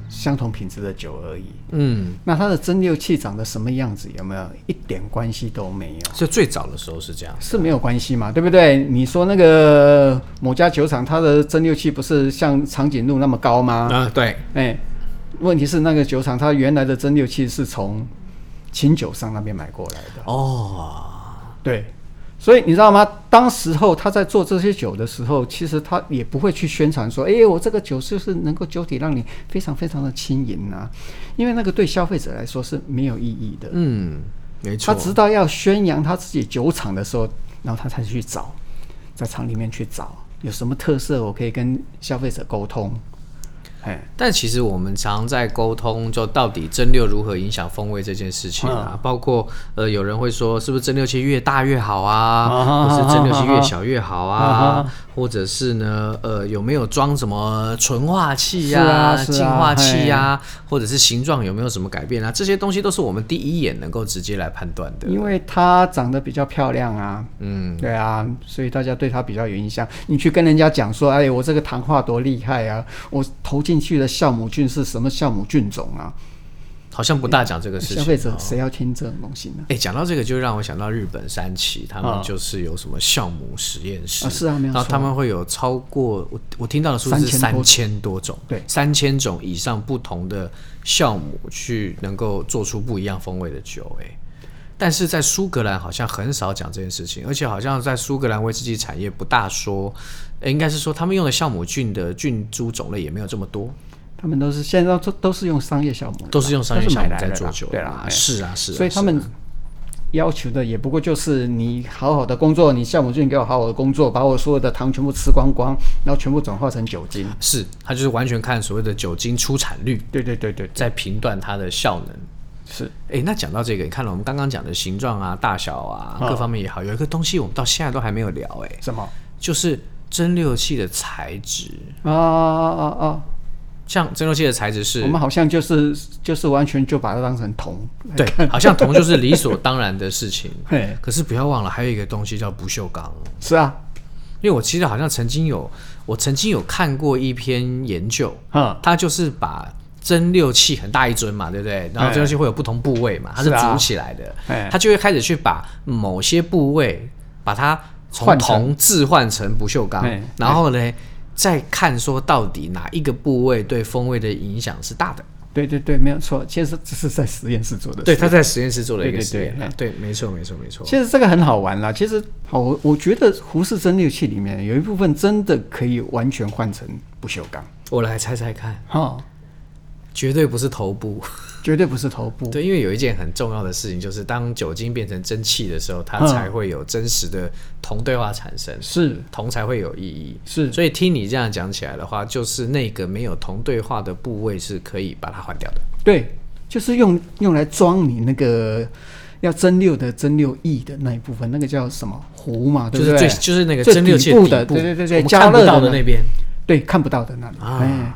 [SPEAKER 2] 相同品质的酒而已。
[SPEAKER 1] 嗯，
[SPEAKER 2] 那它的蒸馏器长得什么样子，有没有一点关系都没有？
[SPEAKER 1] 所以最早的时候是这样。
[SPEAKER 2] 是没有关系嘛，对不对？你说那个某家酒厂，它的蒸馏器不是像长颈鹿那么高吗？
[SPEAKER 1] 啊、对，
[SPEAKER 2] 哎，问题是那个酒厂它原来的蒸馏器是从琴酒商那边买过来的，
[SPEAKER 1] 哦，
[SPEAKER 2] 对。所以你知道吗？当时候他在做这些酒的时候，其实他也不会去宣传说：“哎，我这个酒就是能够酒体让你非常非常的轻盈啊。”因为那个对消费者来说是没有意义的。
[SPEAKER 1] 嗯，没
[SPEAKER 2] 他
[SPEAKER 1] 错，
[SPEAKER 2] 直到要宣扬他自己酒厂的时候，然后他才去找，在厂里面去找有什么特色，我可以跟消费者沟通。哎，
[SPEAKER 1] 但其实我们常在沟通，就到底蒸馏如何影响风味这件事情啊，
[SPEAKER 2] 嗯
[SPEAKER 1] 包括呃，有人会说是不是蒸馏器越大越好啊，
[SPEAKER 2] 啊哈
[SPEAKER 1] 或是蒸馏器
[SPEAKER 2] 啊哈
[SPEAKER 1] 越小越好啊，
[SPEAKER 2] 啊
[SPEAKER 1] 或者是呢，呃，有没有装什么纯化器呀、
[SPEAKER 2] 是啊是啊
[SPEAKER 1] 净化器呀、或者是形状有没有什么改变啊？这些东西都是我们第一眼能够直接来判断的。
[SPEAKER 2] 因为它长得比较漂亮啊，
[SPEAKER 1] 嗯，
[SPEAKER 2] 对啊，所以大家对它比较有印象。你去跟人家讲说，哎，我这个糖化多厉害啊，我投进去的酵母菌是什么酵母菌种啊？
[SPEAKER 1] 好像不大讲这个事情。哦
[SPEAKER 2] 消费者谁要听这种东西呢？
[SPEAKER 1] 哎、讲到这个，就让我想到日本三崎，他
[SPEAKER 2] 啊
[SPEAKER 1] 们就是有什么酵母实验室、
[SPEAKER 2] 啊是啊没有
[SPEAKER 1] 然后
[SPEAKER 2] 错
[SPEAKER 1] 他们会有超过我我听到的数字是
[SPEAKER 2] 3000多
[SPEAKER 1] 三千多种，
[SPEAKER 2] 对
[SPEAKER 1] 三千种以上不同的酵母去能够做出不一样风味的酒、哎。但是在苏格兰好像很少讲这件事情，而且好像在苏格兰威士忌产业不大说，呃应该是说他们用的酵母菌的菌株种类也没有这么多，
[SPEAKER 2] 他们都是现在都都是用商业酵母了啦，
[SPEAKER 1] 都是用商业
[SPEAKER 2] 都是
[SPEAKER 1] 酵
[SPEAKER 2] 买
[SPEAKER 1] 母
[SPEAKER 2] 来
[SPEAKER 1] 在
[SPEAKER 2] 的啦
[SPEAKER 1] 做酒
[SPEAKER 2] 对
[SPEAKER 1] 的
[SPEAKER 2] 啦
[SPEAKER 1] 嘛，
[SPEAKER 2] 哎
[SPEAKER 1] 是啊是啊，
[SPEAKER 2] 所以他们要求的也不过就是你好好的工作，你酵母菌给我好好的工作，把我所有的糖全部吃光光，然后全部转化成酒精。
[SPEAKER 1] 是，它就是完全看所谓的酒精出产率
[SPEAKER 2] 对对对对，
[SPEAKER 1] 在评断它的效能。
[SPEAKER 2] 是
[SPEAKER 1] 哎，那讲到这个，你看了我们刚刚讲的形状啊、大小啊
[SPEAKER 2] 嗯
[SPEAKER 1] 各方面也好，有一个东西我们到现在都还没有聊，哎，
[SPEAKER 2] 什么？
[SPEAKER 1] 就是蒸馏器的材质。
[SPEAKER 2] 啊啊啊啊！
[SPEAKER 1] 像蒸馏器的材质是
[SPEAKER 2] 我们好像就是就是完全就把它当成铜，
[SPEAKER 1] 对，好像铜就是理所当然的事情。
[SPEAKER 2] 嘿，
[SPEAKER 1] 可是不要忘了，还有一个东西叫不锈钢。
[SPEAKER 2] 是啊，
[SPEAKER 1] 因为我记得好像曾经有，我曾经有看过一篇研究，
[SPEAKER 2] 哈，
[SPEAKER 1] 它就是把蒸馏器很大一尊嘛，对不对？然后
[SPEAKER 2] 哎
[SPEAKER 1] 蒸馏器会有不同部位嘛，它是
[SPEAKER 2] 是啊
[SPEAKER 1] 组起来的，
[SPEAKER 2] 哎
[SPEAKER 1] 它就会开始去把某些部位把它从
[SPEAKER 2] 换成
[SPEAKER 1] 铜置换成不锈钢
[SPEAKER 2] 哎，
[SPEAKER 1] 然后呢，再看说到底哪一个部位对风味的影响是大的。
[SPEAKER 2] 对对对，没有错，其实只是在实验室做的事。
[SPEAKER 1] 对，他在实验室做了一个
[SPEAKER 2] 呃对对哎
[SPEAKER 1] 实验啊，对，没错，没错，没错。
[SPEAKER 2] 其实这个很好玩啦。其实好，我我觉得胡适蒸馏器里面有一部分真的可以完全换成不锈钢，
[SPEAKER 1] 我来猜猜看，
[SPEAKER 2] 哈、
[SPEAKER 1] 绝对不是头 部。
[SPEAKER 2] 绝对不是头部。
[SPEAKER 1] 对，因为有一件很重要的事情，就是当酒精变成蒸汽的时候，它
[SPEAKER 2] 嗯
[SPEAKER 1] 才会有真实的铜对话产生，
[SPEAKER 2] 是
[SPEAKER 1] 铜才会有意义。
[SPEAKER 2] 是
[SPEAKER 1] 所以听你这样讲起来的话，就是那个没有铜对话的部位是可以把它换掉的。
[SPEAKER 2] 对，就是用用来装你那个要蒸馏的蒸馏液的那一部分，那个叫什么壶嘛，啊对
[SPEAKER 1] 就
[SPEAKER 2] 不
[SPEAKER 1] 是
[SPEAKER 2] 对？
[SPEAKER 1] 最就是那个
[SPEAKER 2] 最
[SPEAKER 1] 蒸馏器
[SPEAKER 2] 底部
[SPEAKER 1] 的
[SPEAKER 2] 的
[SPEAKER 1] 底部，
[SPEAKER 2] 对对对对
[SPEAKER 1] 我们看
[SPEAKER 2] 加热
[SPEAKER 1] 不
[SPEAKER 2] 的
[SPEAKER 1] 到的
[SPEAKER 2] 那
[SPEAKER 1] 那边
[SPEAKER 2] 对，看不到的那里。
[SPEAKER 1] 啊
[SPEAKER 2] 哎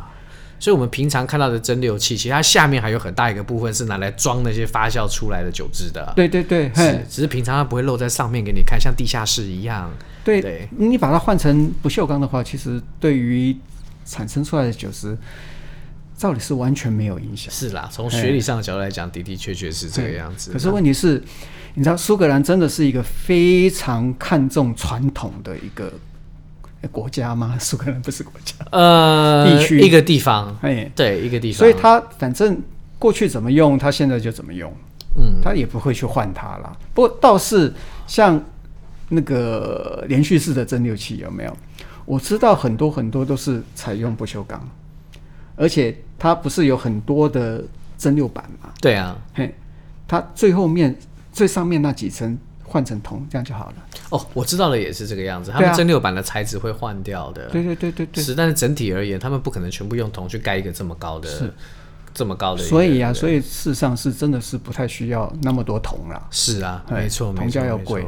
[SPEAKER 1] 所以，我们平常看到的蒸馏器，其实它下面还有很大一个部分是拿来装那些发酵出来的酒汁的。啊
[SPEAKER 2] 对对对，嘿
[SPEAKER 1] 是，，只是平常它不会露在上面给你看，像地下室一样。
[SPEAKER 2] 对，
[SPEAKER 1] 对
[SPEAKER 2] 你把它换成不锈钢的话，其实对于产生出来的酒石，照理是完全没有影响。
[SPEAKER 1] 是啦，从学理上的角度来讲，的的确确是啊这个样子。
[SPEAKER 2] 可是问题是，你知道苏格兰真的是一个非常看重传统的一个呃国家吗？苏格兰不是国家，
[SPEAKER 1] 呃，
[SPEAKER 2] 地区
[SPEAKER 1] 一个地方，
[SPEAKER 2] 哎，
[SPEAKER 1] 对，一个地方，
[SPEAKER 2] 所以它反正过去怎么用，它现在就怎么用，
[SPEAKER 1] 嗯，
[SPEAKER 2] 它也不会去换它啦。不过倒是像那个连续式的蒸馏器有没有？我知道很多很多都是采用不锈钢，而且它不是有很多的蒸馏板嘛？
[SPEAKER 1] 对啊，
[SPEAKER 2] 嘿，它最后面最上面那几层换成铜，这样就好了。
[SPEAKER 1] 哦，我知道了，也是这个样子。他
[SPEAKER 2] 对
[SPEAKER 1] 们
[SPEAKER 2] 啊
[SPEAKER 1] 蒸馏版的材质会换掉的，
[SPEAKER 2] 对对对对对，
[SPEAKER 1] 是，但是整体而言，他们不可能全部用铜去盖一个这么高的，这么高的一个，
[SPEAKER 2] 所以啊，
[SPEAKER 1] 对
[SPEAKER 2] 所以事实上是真的是不太需要那么多铜啦。
[SPEAKER 1] 是啊，
[SPEAKER 2] 哎
[SPEAKER 1] 没错，
[SPEAKER 2] 铜
[SPEAKER 1] 没错
[SPEAKER 2] 价要
[SPEAKER 1] 没错
[SPEAKER 2] 贵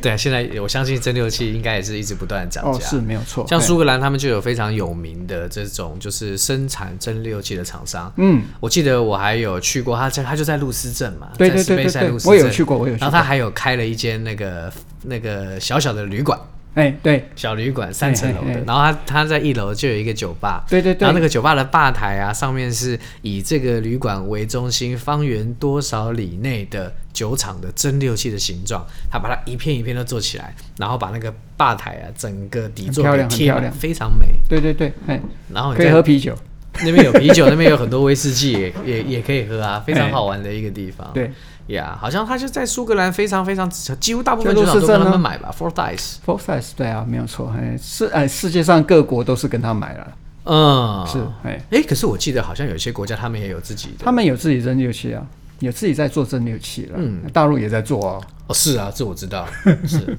[SPEAKER 1] 对啊，现在我相信蒸馏器应该也是一直不断地涨
[SPEAKER 2] 哦，
[SPEAKER 1] 价。
[SPEAKER 2] 是没有错。
[SPEAKER 1] 像
[SPEAKER 2] 嘿
[SPEAKER 1] 苏格兰他们就有非常有名的这种就是生产蒸馏器的厂商。
[SPEAKER 2] 嗯，
[SPEAKER 1] 我记得我还有去过，他在他就在路斯镇嘛，
[SPEAKER 2] 对对
[SPEAKER 1] 在斯
[SPEAKER 2] 对
[SPEAKER 1] 贝
[SPEAKER 2] 对
[SPEAKER 1] 塞
[SPEAKER 2] 对
[SPEAKER 1] 路，斯
[SPEAKER 2] 我有
[SPEAKER 1] 镇
[SPEAKER 2] 去过，我有去
[SPEAKER 1] 然后
[SPEAKER 2] 过。
[SPEAKER 1] 他还有开了一间那个那个小小的旅馆，
[SPEAKER 2] 哎，对
[SPEAKER 1] 小旅馆三层楼
[SPEAKER 2] 嘿
[SPEAKER 1] 的
[SPEAKER 2] 嘿。嘿
[SPEAKER 1] 然后他他在一楼就有一个酒吧，
[SPEAKER 2] 对对对
[SPEAKER 1] 然后那个酒吧的吧台啊，上面是以这个旅馆为中心，方圆多少里内的酒厂的蒸馏器的形状，他把它一片一片都做起来，然后把那个吧台啊整个底座
[SPEAKER 2] 很漂
[SPEAKER 1] 给
[SPEAKER 2] 亮
[SPEAKER 1] 贴
[SPEAKER 2] 很漂
[SPEAKER 1] 满，
[SPEAKER 2] 亮
[SPEAKER 1] 非常美。
[SPEAKER 2] 对对对，哎，
[SPEAKER 1] 然后你
[SPEAKER 2] 可以
[SPEAKER 1] 哦在
[SPEAKER 2] 喝啤酒。
[SPEAKER 1] 那边有啤 酒，那边有很多威士忌也，也也可以喝啊，非常好玩的一个地方。
[SPEAKER 2] 对
[SPEAKER 1] 呀好像他就在苏格兰非常非常，几乎大部分
[SPEAKER 2] 就
[SPEAKER 1] 酒
[SPEAKER 2] 都
[SPEAKER 1] 厂都
[SPEAKER 2] 是
[SPEAKER 1] 跟
[SPEAKER 2] 这
[SPEAKER 1] 他
[SPEAKER 2] 样
[SPEAKER 1] 们买
[SPEAKER 2] 啊
[SPEAKER 1] 吧。Four Dice，
[SPEAKER 2] Four Size 对啊，没有错，哎，世哎世界上各国都是跟他买了，
[SPEAKER 1] 嗯，
[SPEAKER 2] 是哎，
[SPEAKER 1] 哎，可是我记得好像有些国家他们也有自己的。
[SPEAKER 2] 他们有自己蒸馏器啊，有自己在做蒸馏器了，
[SPEAKER 1] 嗯
[SPEAKER 2] 大陆也在做哦，
[SPEAKER 1] 哦，是啊，这我知道。是。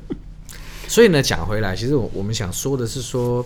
[SPEAKER 1] 所以呢，讲回来，其实我我们想说的是说，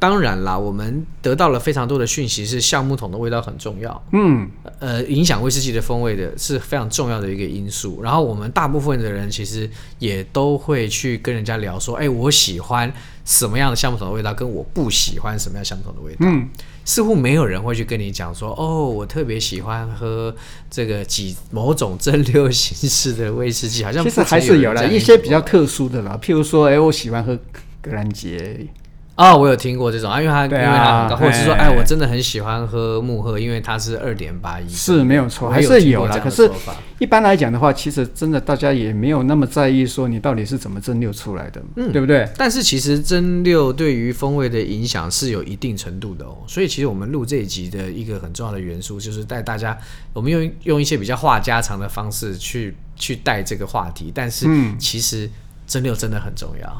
[SPEAKER 1] 当然啦，我们得到了非常多的讯息，是橡木桶的味道很重要。
[SPEAKER 2] 嗯，
[SPEAKER 1] 呃，影响威士忌的风味的是非常重要的一个因素。然后我们大部分的人其实也都会去跟人家聊说，哎、我喜欢什么样的橡木桶的味道，跟我不喜欢什么样橡木桶的味道。嗯，似乎没有人会去跟你讲说，哦，我特别喜欢喝这个几某种蒸馏形式的威士忌，好像
[SPEAKER 2] 其实
[SPEAKER 1] 不曾
[SPEAKER 2] 还是有
[SPEAKER 1] 人这
[SPEAKER 2] 啦，
[SPEAKER 1] 样
[SPEAKER 2] 一
[SPEAKER 1] 跟
[SPEAKER 2] 些
[SPEAKER 1] 你
[SPEAKER 2] 比
[SPEAKER 1] 说
[SPEAKER 2] 较特殊的啦，譬如说，哎，我喜欢喝格兰杰，
[SPEAKER 1] 哦，我有听过这种啊，因为它、因
[SPEAKER 2] 对
[SPEAKER 1] 为
[SPEAKER 2] 啊
[SPEAKER 1] 它很高，或者是说，哎，
[SPEAKER 2] 嘿
[SPEAKER 1] 我真的很喜欢喝木鹤，因为它是二点八一，
[SPEAKER 2] 是没有错，
[SPEAKER 1] 我
[SPEAKER 2] 还
[SPEAKER 1] 有
[SPEAKER 2] 是
[SPEAKER 1] 听
[SPEAKER 2] 有
[SPEAKER 1] 过这
[SPEAKER 2] 啦，
[SPEAKER 1] 样的
[SPEAKER 2] 可是
[SPEAKER 1] 说法
[SPEAKER 2] 一般来讲的话，其实真的大家也没有那么在意说你到底是怎么蒸馏出来的，
[SPEAKER 1] 嗯
[SPEAKER 2] 对不对？
[SPEAKER 1] 但是其实蒸馏对于风味的影响是有一定程度的哦，所以其实我们录这一集的一个很重要的元素，就是带大家，我们用用一些比较话家常的方式去去带这个话题，但是其实蒸馏真的很重要，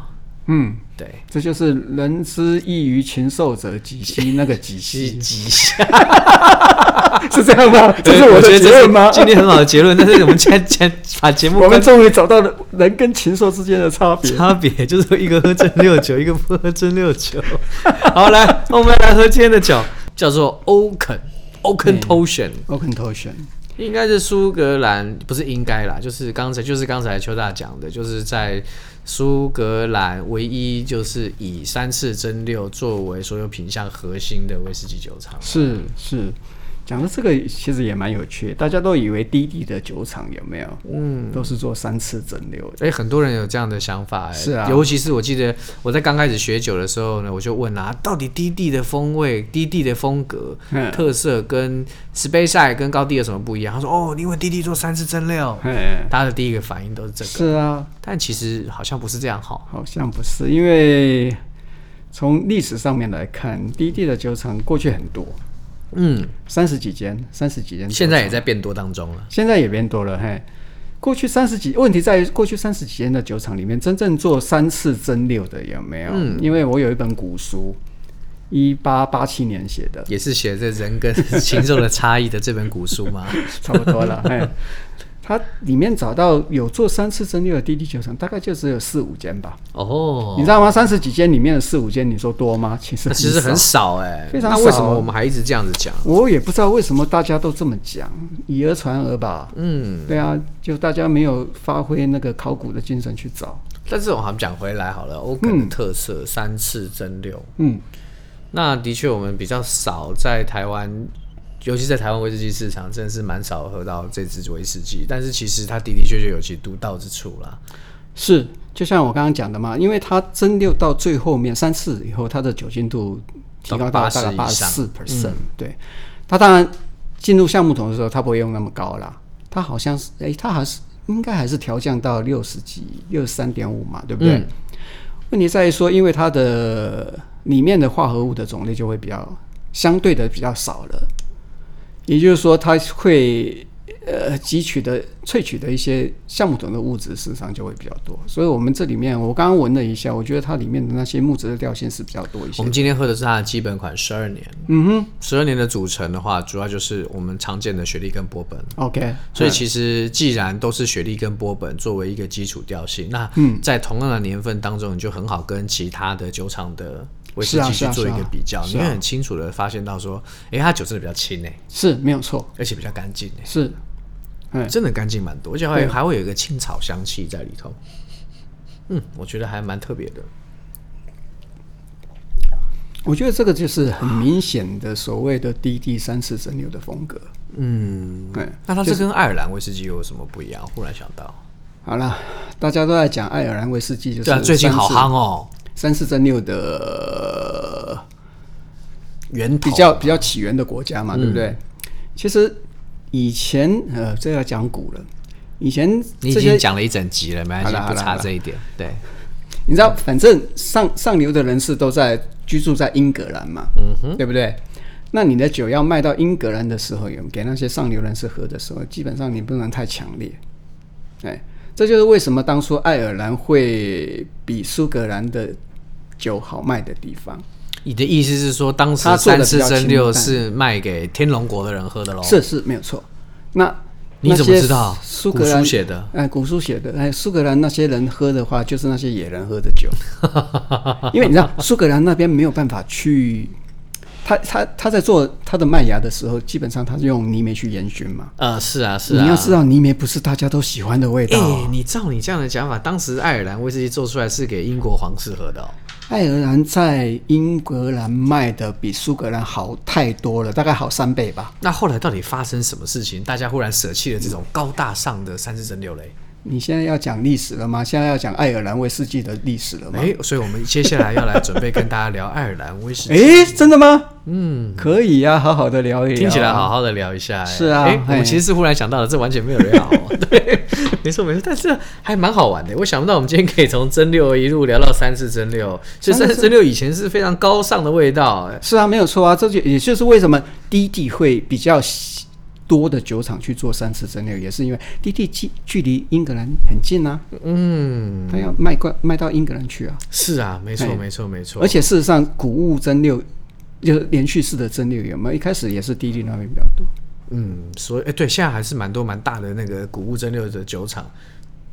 [SPEAKER 2] 嗯，
[SPEAKER 1] 对，
[SPEAKER 2] 这就是人之异于禽兽者，几兮那个几
[SPEAKER 1] 是
[SPEAKER 2] 兮，
[SPEAKER 1] 极
[SPEAKER 2] 是这样吗？这是我
[SPEAKER 1] 觉
[SPEAKER 2] 的
[SPEAKER 1] 得
[SPEAKER 2] 结论吗？
[SPEAKER 1] 今天很好的结论，但是我们今天 今天把节目
[SPEAKER 2] 我们
[SPEAKER 1] 关
[SPEAKER 2] 终于找到了人跟禽兽之间的差别。
[SPEAKER 1] 差别，就是说一个喝蒸馏酒，一个不喝蒸馏酒。 好，来，
[SPEAKER 2] 嗯
[SPEAKER 1] 那我们来喝今天的酒，叫做 Oaken Oaken Toshen。
[SPEAKER 2] Open Ocean，
[SPEAKER 1] 应该是苏格兰，不是应该啦，就是刚才就是刚才邱大讲的，就是在苏格兰唯一就是以三次蒸馏作为所有品项核心的威士忌酒厂。
[SPEAKER 2] 是是，讲的这个其实也蛮有趣的，大家都以为低地的酒厂有没有？嗯，都是做三次蒸馏的。
[SPEAKER 1] 哎、很多人有这样的想法、哎
[SPEAKER 2] 是啊
[SPEAKER 1] 尤其是我记得我在刚开始学酒的时候呢，我就问啊，到底低地的风味、低地的风格、
[SPEAKER 2] 嗯
[SPEAKER 1] 特色跟 Space Side 跟高地有什么不一样？他说哦，因为低地做三次蒸馏，
[SPEAKER 2] 哎，
[SPEAKER 1] 大家的第一个反应都是哦这个，
[SPEAKER 2] 是啊，
[SPEAKER 1] 但其实好像不是这样哈。
[SPEAKER 2] 好像不是，因为从历史上面来看，低地的酒厂过去很多，
[SPEAKER 1] 嗯，
[SPEAKER 2] 三十几间，三十几间酒厂，
[SPEAKER 1] 现在也在变多当中了。
[SPEAKER 2] 现在也变多了，嘿。过去三十几，问题在于过去三十几间的酒厂里面，真正做三次蒸馏的有没有？嗯，因为我有一本古书，一八八七年写的，
[SPEAKER 1] 也是写着人跟禽兽的差异的这本古书吗？
[SPEAKER 2] 差不多 了，嘿。它里面找到有做三次蒸馏的滴滴酒厂，大概就只有四五间吧，
[SPEAKER 1] 哦
[SPEAKER 2] 你，知道吗？三十几间里面的四五间，你说多吗？其实
[SPEAKER 1] 那其实很少
[SPEAKER 2] 少
[SPEAKER 1] 哎、
[SPEAKER 2] 非常
[SPEAKER 1] 那
[SPEAKER 2] 少啊
[SPEAKER 1] 为什么我们还一直这样子讲？
[SPEAKER 2] 我也不知道为什么大家都这么讲，以讹传讹吧。
[SPEAKER 1] 嗯，
[SPEAKER 2] 对啊，就大家没有发挥那个考古的精神去找。
[SPEAKER 1] 但是我们讲回来好了，欧肯的特色、三次蒸馏，
[SPEAKER 2] 嗯，
[SPEAKER 1] 那的确我们比较少在台湾，尤其在台湾威士忌市场，真的是蛮少喝到这支威士忌。但是其实它的的确确有其独到之处啦。
[SPEAKER 2] 是，就像我刚刚讲的嘛，因为它蒸馏到最后面三次以后，它的酒精度提高到大概八
[SPEAKER 1] 到80以
[SPEAKER 2] 十嗯
[SPEAKER 1] 上
[SPEAKER 2] 四 percent。对，它当然进入橡木桶的时候，它不会用那么高啦。它好像是，哎，它还是应该还是调降到六十几、六十三点五嘛，对不对？问题在于说，因为它的里面的化合物的种类就会比较相对的比较少了，也就是说，它会呃汲取的萃取的一些橡木桶的物质，事实上就会比较多。所以我们这里面，我刚刚闻了一下，我觉得它里面的那些木质的调性是比较多一
[SPEAKER 1] 我
[SPEAKER 2] 些。
[SPEAKER 1] 们今天喝的是它的基本款十二年，
[SPEAKER 2] 嗯哼
[SPEAKER 1] 十二年的组成的话，主要就是我们常见的雪莉跟波本。
[SPEAKER 2] ，OK，
[SPEAKER 1] 所以其实既然都是雪莉跟波本作为一个基础调性，那
[SPEAKER 2] 嗯
[SPEAKER 1] 在同样的年份当中，你就很好跟其他的酒厂的威士忌
[SPEAKER 2] 是
[SPEAKER 1] 去
[SPEAKER 2] 啊是啊
[SPEAKER 1] 做一个
[SPEAKER 2] 是啊
[SPEAKER 1] 比较，
[SPEAKER 2] 是
[SPEAKER 1] 你
[SPEAKER 2] 啊
[SPEAKER 1] 会很清楚的发现到说，诶，它酒真的比较轻诶，
[SPEAKER 2] 是没有错，
[SPEAKER 1] 而且比较干净诶，
[SPEAKER 2] 是，嗯，
[SPEAKER 1] 真的干净蛮多，而且还
[SPEAKER 2] 对
[SPEAKER 1] 还会有一个青草香气在里头。嗯，我觉得还蛮特别的。
[SPEAKER 2] 我觉得这个就是很明显的所谓的低地三次蒸馏的风格。嗯，对。
[SPEAKER 1] 那它这跟爱尔兰威士忌又有什么不一样？忽然想到，
[SPEAKER 2] 好了，大家都在讲爱尔兰威士忌，就是
[SPEAKER 1] 对啊，最近好
[SPEAKER 2] 三次
[SPEAKER 1] 夯哦，
[SPEAKER 2] 三四蒸馏的
[SPEAKER 1] 源
[SPEAKER 2] 比
[SPEAKER 1] 头
[SPEAKER 2] 较比较起源的国家
[SPEAKER 1] 嗯
[SPEAKER 2] 嘛，对不对？其实以前呃，这要讲古了。以前
[SPEAKER 1] 你已
[SPEAKER 2] 这些
[SPEAKER 1] 经讲了一整集了，没关
[SPEAKER 2] 好啦
[SPEAKER 1] 系，
[SPEAKER 2] 好
[SPEAKER 1] 不
[SPEAKER 2] 啦
[SPEAKER 1] 差
[SPEAKER 2] 好啦
[SPEAKER 1] 这一点。对，
[SPEAKER 2] 你知道，反正上上流的人士都在居住在英格兰嘛，嗯哼，对不对？那你的酒要卖到英格兰的时候，有给那些上流人士喝的时候，基本上你不能太强烈。哎，这就是为什么当初爱尔兰会比苏格兰的酒好卖的地方。
[SPEAKER 1] 你的意思是说，当时
[SPEAKER 2] 他做
[SPEAKER 1] 三
[SPEAKER 2] 得
[SPEAKER 1] 次
[SPEAKER 2] 比较
[SPEAKER 1] 蒸
[SPEAKER 2] 清
[SPEAKER 1] 馏
[SPEAKER 2] 淡
[SPEAKER 1] 是卖给天龙国的人喝的喽？
[SPEAKER 2] 是是没有错。那
[SPEAKER 1] 哦你怎么
[SPEAKER 2] 那些
[SPEAKER 1] 知道
[SPEAKER 2] 苏
[SPEAKER 1] 古
[SPEAKER 2] 格兰
[SPEAKER 1] 书写的？
[SPEAKER 2] 哎，古书写的，哎，苏格兰那些人喝的话，就是那些野人喝 的酒，因为你知道苏格兰那边没有办法去，他他他在做他的麦芽的时候，基本上他是用泥煤去烟熏嘛。
[SPEAKER 1] 呃，是啊，是啊。
[SPEAKER 2] 你要知道，泥煤不是大家都喜欢的味
[SPEAKER 1] 哎、
[SPEAKER 2] 道哦、
[SPEAKER 1] 你照你这样的讲法，当时爱尔兰威士忌做出来是给英国皇室喝的、哦，
[SPEAKER 2] 爱尔兰在英格兰卖的比苏格兰好太多了，大概好三倍吧。
[SPEAKER 1] 那后来到底发生什么事情，大家忽然舍弃了这种高大上的三次蒸馏 嘞？
[SPEAKER 2] 你现在要讲历史了吗？现在要讲爱尔兰威士忌的历史了吗？
[SPEAKER 1] 哎、所以我们接下来要来准备跟大家聊爱尔兰威士忌，
[SPEAKER 2] 诶，真的吗？嗯，可以呀、好好的聊啊一聊。
[SPEAKER 1] 听起来好好的聊一下、哎
[SPEAKER 2] 是啊
[SPEAKER 1] 哎、我们
[SPEAKER 2] 嘿
[SPEAKER 1] 其实是忽然想到了，这完全没有人好、哦。对，没错没错，但是还蛮好 玩的。我想不到我们今天可以从蒸馏一路聊到三次蒸馏，其实三次蒸馏以前是非常高尚的味道、哎
[SPEAKER 2] 是啊，没有错啊，这就也就是为什么低地会比较喜多的酒厂去做三次蒸馏，也是因为低地距距离英格兰很近啊，
[SPEAKER 1] 嗯，
[SPEAKER 2] 它要卖过卖到英格兰去啊。
[SPEAKER 1] 是啊，没错
[SPEAKER 2] 哎
[SPEAKER 1] 没错没错，
[SPEAKER 2] 而且事实上，谷物蒸馏就是连续式的蒸馏有没有？一开始也是低地那边比较多。
[SPEAKER 1] 嗯，所以哎、对，现在还是蛮多蛮大的那个谷物蒸馏的酒厂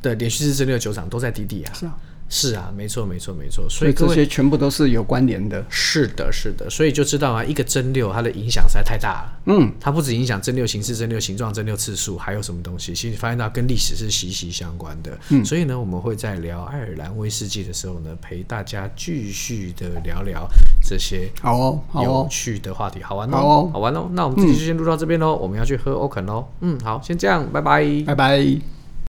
[SPEAKER 1] 的连续式蒸馏酒厂都在低地啊。
[SPEAKER 2] 是啊，
[SPEAKER 1] 是啊，没错，没错，没错。所
[SPEAKER 2] 所以
[SPEAKER 1] 以各
[SPEAKER 2] 这
[SPEAKER 1] 位
[SPEAKER 2] 些全部都是有关联的。
[SPEAKER 1] 是的，是的，所以就知道啊，一个蒸馏它的影响实在太大了。嗯，它不止影响蒸馏形式、蒸馏形状、蒸馏次数，还有什么东西？其实发现到跟历史是息息相关的。嗯，所以呢，我们会在聊爱尔兰威士忌的时候呢，陪大家继续的聊聊这些
[SPEAKER 2] 好哦，好
[SPEAKER 1] 有
[SPEAKER 2] 哦，
[SPEAKER 1] 趣的话题，好玩哦，
[SPEAKER 2] 好哦
[SPEAKER 1] 好玩哦。那我们这期就先录到这边喽，我们要去喝 Oaken 喽。嗯，好，先这样，拜拜。
[SPEAKER 2] 拜拜。